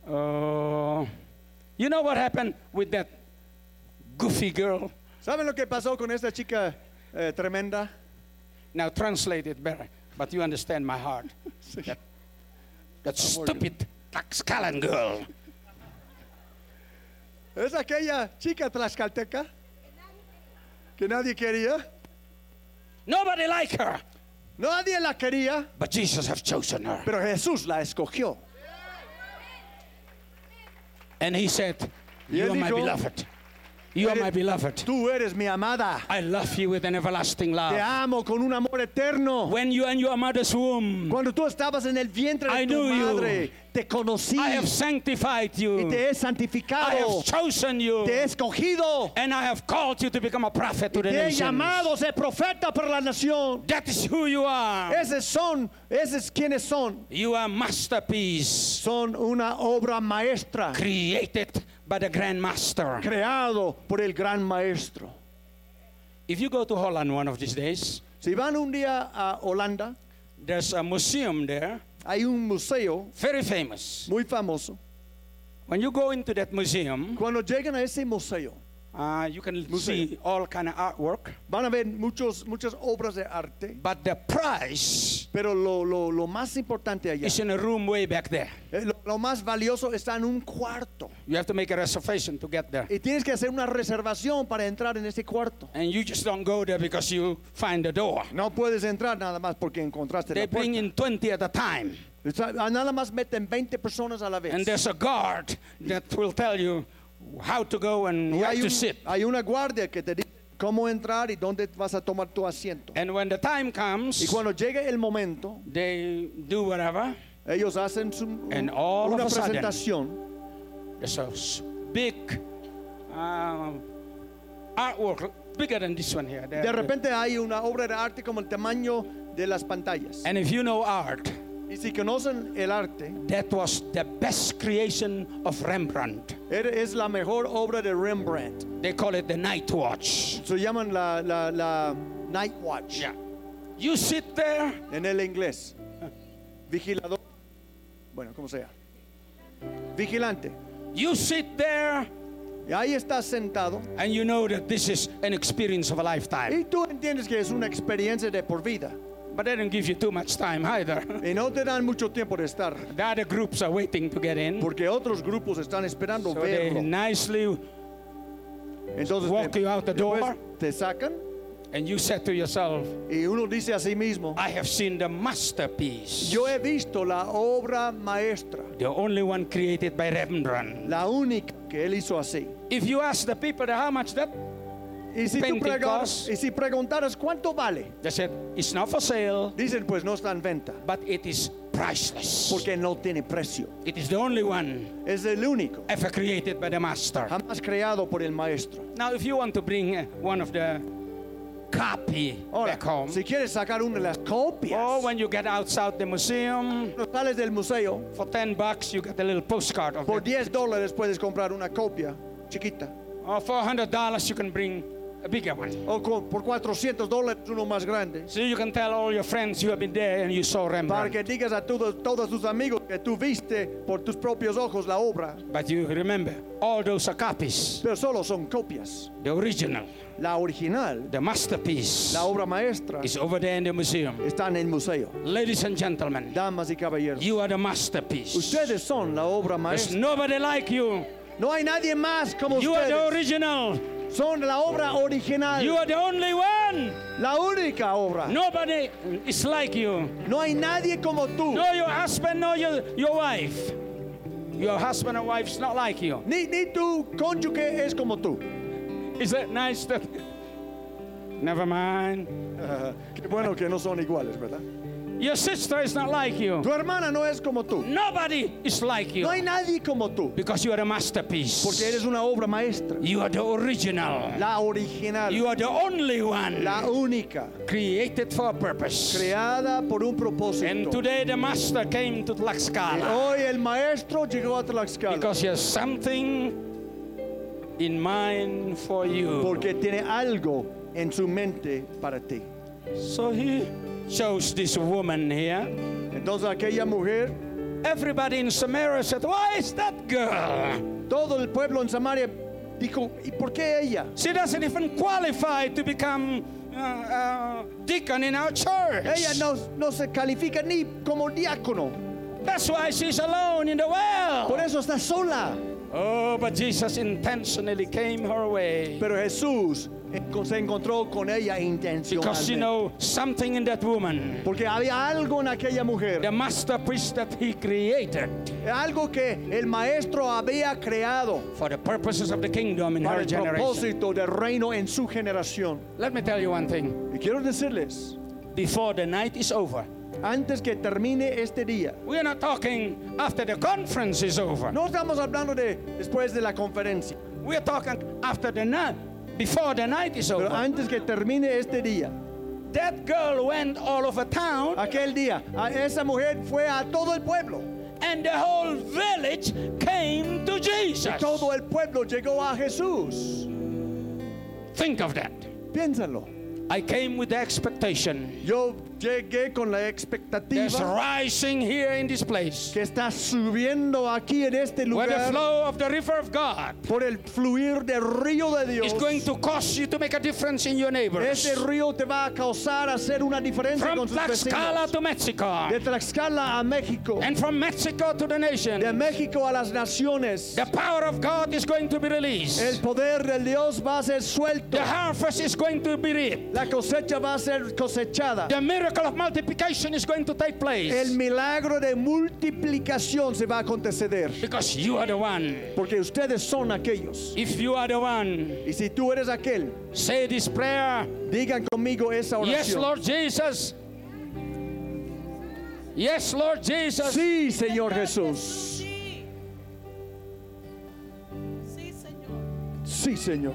Speaker 2: oh, you know what happened with that goofy girl?
Speaker 1: ¿Saben lo que pasó con esta chica eh, tremenda?
Speaker 2: Now translate it better, but you understand my [laughs] heart. that, that stupid Tlaxcalan girl.
Speaker 1: Es aquella chica tlaxcalteca que nadie quería.
Speaker 2: Nobody like her,
Speaker 1: Nadie la quería,
Speaker 2: but Jesus have chosen her.
Speaker 1: pero Jesús la escogió.
Speaker 2: And he said,
Speaker 1: Y
Speaker 2: you
Speaker 1: él
Speaker 2: are my
Speaker 1: dijo,
Speaker 2: beloved. You are
Speaker 1: "Eres-
Speaker 2: my beloved.
Speaker 1: Tú eres mi amada.
Speaker 2: I love you with an everlasting
Speaker 1: Te
Speaker 2: love.
Speaker 1: amo con un amor eterno.
Speaker 2: When you are in your mother's womb,
Speaker 1: Cuando tú estabas en el vientre de
Speaker 2: I
Speaker 1: tu
Speaker 2: knew you.
Speaker 1: madre, te conocí
Speaker 2: I have sanctified
Speaker 1: y
Speaker 2: you.
Speaker 1: te he
Speaker 2: I
Speaker 1: santificado.
Speaker 2: have chosen you.
Speaker 1: Te he escogido.
Speaker 2: And I have called you to become a prophet to the
Speaker 1: Te he
Speaker 2: nations.
Speaker 1: llamado a ser profeta por la nación.
Speaker 2: That is who you are.
Speaker 1: Esos son, esos quienes son.
Speaker 2: You are masterpiece
Speaker 1: Son una obra maestra
Speaker 2: created by the Grand Master.
Speaker 1: creado por el gran maestro.
Speaker 2: If you go to Holland one of these days,
Speaker 1: Si van un día a Holanda,
Speaker 2: there's a museum there,
Speaker 1: hay un museo
Speaker 2: very famous.
Speaker 1: muy famoso.
Speaker 2: When you go into that museum,
Speaker 1: Cuando llegan a ese museo,
Speaker 2: uh, you can
Speaker 1: Museum.
Speaker 2: see all kind of artwork.
Speaker 1: van a ver muchos, muchas obras de arte,
Speaker 2: But the prize
Speaker 1: pero lo, lo- lo más importante allá,
Speaker 2: is in a room way back there.
Speaker 1: eh, lo, lo más valioso está en un cuarto.
Speaker 2: You have to make a reservation to get there.
Speaker 1: Y tienes que hacer una reservación para entrar en ese cuarto.
Speaker 2: And you just don't go there because you find the door.
Speaker 1: No puedes entrar nada más porque encontraste
Speaker 2: They
Speaker 1: la puerta.
Speaker 2: bring in 20 at a time.
Speaker 1: Está- ah, Nada más meten 20 personas a la vez.
Speaker 2: And there's a guard that will tell you how to go and
Speaker 1: Y
Speaker 2: where
Speaker 1: hay,
Speaker 2: to
Speaker 1: un-
Speaker 2: sit.
Speaker 1: hay una guardia que te dice cómo entrar y dónde vas a tomar tu asiento.
Speaker 2: And when the time
Speaker 1: Y
Speaker 2: comes,
Speaker 1: cuando llegue el momento,
Speaker 2: they do whatever.
Speaker 1: ellos hacen su-
Speaker 2: And all
Speaker 1: una
Speaker 2: of a sudden-
Speaker 1: presentación.
Speaker 2: There's a s- big um, artwork, bigger than this one here.
Speaker 1: De
Speaker 2: The- the-
Speaker 1: repente hay una obra de arte como el tamaño de las pantallas.
Speaker 2: And if you know art,
Speaker 1: Y si conocen el arte,
Speaker 2: that was the best creation of Rembrandt.
Speaker 1: er- es la mejor obra de Rembrandt.
Speaker 2: They call it the night watch.
Speaker 1: Se llaman la, la- la Night Watch
Speaker 2: You sit there
Speaker 1: en el inglés. Vigilador. Bueno, como sea. Vigilante.
Speaker 2: You sit there
Speaker 1: Y ahí estás sentado.
Speaker 2: and you know that this is an experience of a lifetime.
Speaker 1: Y tú entiendes que es una experiencia de por vida.
Speaker 2: But they don't give you too much time either. [laughs]
Speaker 1: Y no te dan mucho tiempo de estar.
Speaker 2: The other groups are waiting to get in.
Speaker 1: Porque otros grupos están esperando
Speaker 2: So they
Speaker 1: verlo.
Speaker 2: nicely,
Speaker 1: Entonces
Speaker 2: walk
Speaker 1: te,
Speaker 2: you out the
Speaker 1: después
Speaker 2: door.
Speaker 1: te sacan
Speaker 2: and you said to yourself,
Speaker 1: y uno dice a sí mismo,
Speaker 2: I have seen the masterpiece.
Speaker 1: yo he visto la obra maestra,
Speaker 2: The only one created by Rembrandt.
Speaker 1: la única que él hizo así.
Speaker 2: If you ask the people how much that
Speaker 1: Y si, tú preguntaras,
Speaker 2: Pentecost.
Speaker 1: y si preguntaras cuánto vale,
Speaker 2: They said, it's not for sale,
Speaker 1: dicen pues no está en venta
Speaker 2: but it is priceless.
Speaker 1: porque no tiene precio.
Speaker 2: It is the only one
Speaker 1: Es el único
Speaker 2: ever created by the Master.
Speaker 1: jamás creado por el maestro.
Speaker 2: Now, if you want to bring uh, one of the copy
Speaker 1: Ahora,
Speaker 2: back home,
Speaker 1: si quieres sacar una de las copias,
Speaker 2: or when you get outside the museum,
Speaker 1: cuando sales del museo,
Speaker 2: for 10 bucks you get a little postcard of
Speaker 1: por
Speaker 2: it.
Speaker 1: 10 dólares puedes comprar una copia chiquita.
Speaker 2: Or for $100 you can bring a bigger one.
Speaker 1: O con- por 400 dólares uno más grande.
Speaker 2: So you can tell all your friends you have been there and you saw
Speaker 1: Para
Speaker 2: Rembrandt.
Speaker 1: que digas a todos, todos tus amigos que tú viste por tus propios ojos la obra,
Speaker 2: But you remember, all those are copies.
Speaker 1: pero solo son copias.
Speaker 2: The original,
Speaker 1: La original,
Speaker 2: the masterpiece,
Speaker 1: la obra maestra,
Speaker 2: is over there in the museum.
Speaker 1: está en el museo.
Speaker 2: Ladies and gentlemen,
Speaker 1: Damas y caballeros,
Speaker 2: you are the masterpiece.
Speaker 1: ustedes son la obra
Speaker 2: There's
Speaker 1: maestra.
Speaker 2: nobody like you.
Speaker 1: No hay nadie más como
Speaker 2: You are the
Speaker 1: ustedes.
Speaker 2: original.
Speaker 1: Son la obra
Speaker 2: You
Speaker 1: original,
Speaker 2: are the only one.
Speaker 1: la única obra.
Speaker 2: Nobody is like you.
Speaker 1: No hay nadie como tú.
Speaker 2: No your husband, no your, your wife. Your husband and wife is not like you.
Speaker 1: Ni, ni tu cónyuge es como tú.
Speaker 2: Is that nice? That... [laughs] Never mind.
Speaker 1: Qué bueno [laughs] que no son iguales, ¿verdad?
Speaker 2: Your sister is not like you.
Speaker 1: Tu hermana no es como tú.
Speaker 2: Nobody is like
Speaker 1: No hay
Speaker 2: you.
Speaker 1: nadie como tú.
Speaker 2: Because you are a masterpiece.
Speaker 1: Porque eres una obra maestra.
Speaker 2: You are the original.
Speaker 1: La original.
Speaker 2: You are the only one
Speaker 1: La única.
Speaker 2: created for a purpose.
Speaker 1: Creada por un
Speaker 2: And
Speaker 1: propósito.
Speaker 2: today the master came to
Speaker 1: Y
Speaker 2: Tlaxcala.
Speaker 1: hoy el maestro llegó a Tlaxcala.
Speaker 2: Because he has something in mind for you.
Speaker 1: Porque tiene algo en su mente para ti.
Speaker 2: So he chose this woman here.
Speaker 1: Entonces aquella mujer,
Speaker 2: Everybody in Samaria said, Why is that girl?
Speaker 1: todo el pueblo en Samaria dijo, ¿y por qué ella?
Speaker 2: She doesn't even qualify to become uh, uh, deacon in our church.
Speaker 1: Ella no, no se califica ni como diácono.
Speaker 2: That's why she's alone in the
Speaker 1: Por
Speaker 2: world.
Speaker 1: eso está sola.
Speaker 2: Oh, but Jesus intentionally came her way.
Speaker 1: Pero Jesús en- se encontró con ella
Speaker 2: Because you
Speaker 1: intencionalmente.
Speaker 2: know something in that woman,
Speaker 1: Porque había algo en aquella mujer,
Speaker 2: the masterpiece that he created
Speaker 1: algo que el maestro había creado
Speaker 2: for the purposes of the kingdom in
Speaker 1: para
Speaker 2: her
Speaker 1: el
Speaker 2: generation.
Speaker 1: propósito del reino en su generación.
Speaker 2: Let me tell you one thing.
Speaker 1: Y quiero decirles,
Speaker 2: Before the night is over,
Speaker 1: antes que termine este día,
Speaker 2: we are not talking after the conference is over.
Speaker 1: no estamos hablando de después de la conferencia,
Speaker 2: We are talking after the night, before the night is
Speaker 1: pero
Speaker 2: over.
Speaker 1: antes que termine este día,
Speaker 2: That girl went all over town,
Speaker 1: aquel día, a esa mujer fue a todo el pueblo.
Speaker 2: and the whole village came to Jesus.
Speaker 1: Todo el pueblo llegó a Jesús.
Speaker 2: Think of that.
Speaker 1: Piénsalo.
Speaker 2: I came with the expectation.
Speaker 1: Yo llegué con la
Speaker 2: There's
Speaker 1: expectativa
Speaker 2: rising here in this place,
Speaker 1: que está subiendo aquí en este
Speaker 2: where the
Speaker 1: lugar
Speaker 2: flow of the river of God
Speaker 1: por el fluir del río de
Speaker 2: is
Speaker 1: Dios.
Speaker 2: going to cause you to make a difference in your neighbors.
Speaker 1: Ese río te va a causar hacer una diferencia
Speaker 2: From
Speaker 1: con sus
Speaker 2: Tlaxcala
Speaker 1: vecinos.
Speaker 2: to Mexico,
Speaker 1: De Tlaxcala a México,
Speaker 2: and from Mexico to the nation.
Speaker 1: de México a las naciones.
Speaker 2: The power of God is going to be
Speaker 1: El
Speaker 2: released.
Speaker 1: poder de Dios va a ser suelto.
Speaker 2: The harvest is going to be reaped.
Speaker 1: La cosecha va a ser cosechada.
Speaker 2: The miracle of multiplication is going to take
Speaker 1: El
Speaker 2: place.
Speaker 1: milagro de multiplicación se va a acontecer.
Speaker 2: Because you are the one.
Speaker 1: Porque ustedes son aquellos.
Speaker 2: If you are the one,
Speaker 1: Y si tú eres aquel,
Speaker 2: say this prayer.
Speaker 1: digan conmigo esa
Speaker 2: Yes,
Speaker 1: oración.
Speaker 2: Lord Jesus. Yes, Lord Jesus.
Speaker 1: Sí, Señor Jesús.
Speaker 3: Sí. Sí, Señor.
Speaker 1: Sí, Señor.
Speaker 3: Sí, Señor.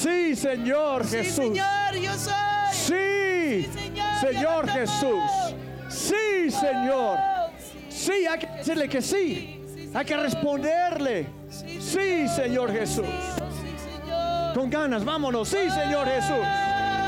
Speaker 1: Sí, Señor
Speaker 3: Sí,
Speaker 1: Jesús.
Speaker 3: Señor, yo soy.
Speaker 1: Sí,
Speaker 3: Señor.
Speaker 1: Señor
Speaker 3: Levanta
Speaker 1: Jesús. Sí, Señor.
Speaker 3: Oh, sí.
Speaker 1: Sí, hay que decirle que sí.
Speaker 3: Sí,
Speaker 1: Hay que
Speaker 3: Señor.
Speaker 1: responderle. Sí, Señor Jesús.
Speaker 3: Oh, sí, Señor.
Speaker 1: Con ganas, vámonos. Sí, Señor Jesús.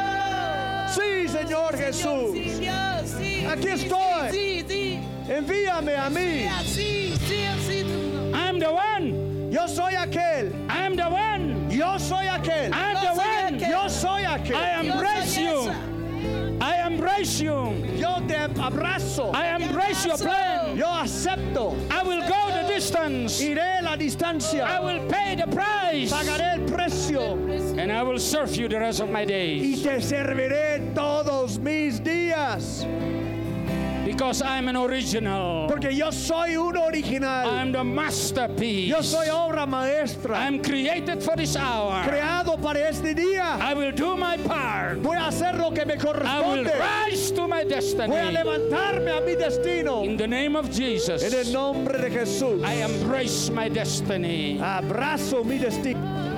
Speaker 3: Oh,
Speaker 1: Sí, Señor
Speaker 3: Señor,
Speaker 1: Jesús.
Speaker 3: sí, Dios, sí,
Speaker 1: Aquí
Speaker 3: sí,
Speaker 1: estoy.
Speaker 3: Sí, sí,
Speaker 1: Envíame a mí.
Speaker 3: sí, así, sí, así.
Speaker 2: I'm the one.
Speaker 1: Yo soy aquel.
Speaker 2: I'm the one.
Speaker 1: Yo soy aquel.
Speaker 2: I'm
Speaker 3: Yo
Speaker 2: the
Speaker 3: soy
Speaker 2: one.
Speaker 3: aquel.
Speaker 1: Yo soy
Speaker 2: I
Speaker 1: aquel.
Speaker 3: Yo soy
Speaker 2: embrace you.
Speaker 3: esa.
Speaker 2: I embrace you.
Speaker 1: Yo te abrazo.
Speaker 2: I embrace your plan.
Speaker 1: Yo acepto.
Speaker 2: I will go the distance.
Speaker 1: Iré la
Speaker 2: I
Speaker 1: distancia.
Speaker 2: will pay the price.
Speaker 1: Pagaré el precio.
Speaker 2: And I will serve you the rest of my days.
Speaker 1: Y te serviré todos mis días.
Speaker 2: Because I'm an original.
Speaker 1: Porque yo soy un original.
Speaker 2: I'm the masterpiece.
Speaker 1: Yo soy obra maestra.
Speaker 2: I'm created for this hour.
Speaker 1: Creado para este día.
Speaker 2: I will do my part.
Speaker 1: Voy a hacer lo que me
Speaker 2: I will
Speaker 1: corresponde.
Speaker 2: rise to my
Speaker 1: Voy a
Speaker 2: destiny.
Speaker 1: levantarme a mi destino.
Speaker 2: In the name of Jesus,
Speaker 1: En el nombre de Jesús. Ah.
Speaker 2: I embrace my destiny.
Speaker 1: Abrazo mi destino.
Speaker 3: Oh,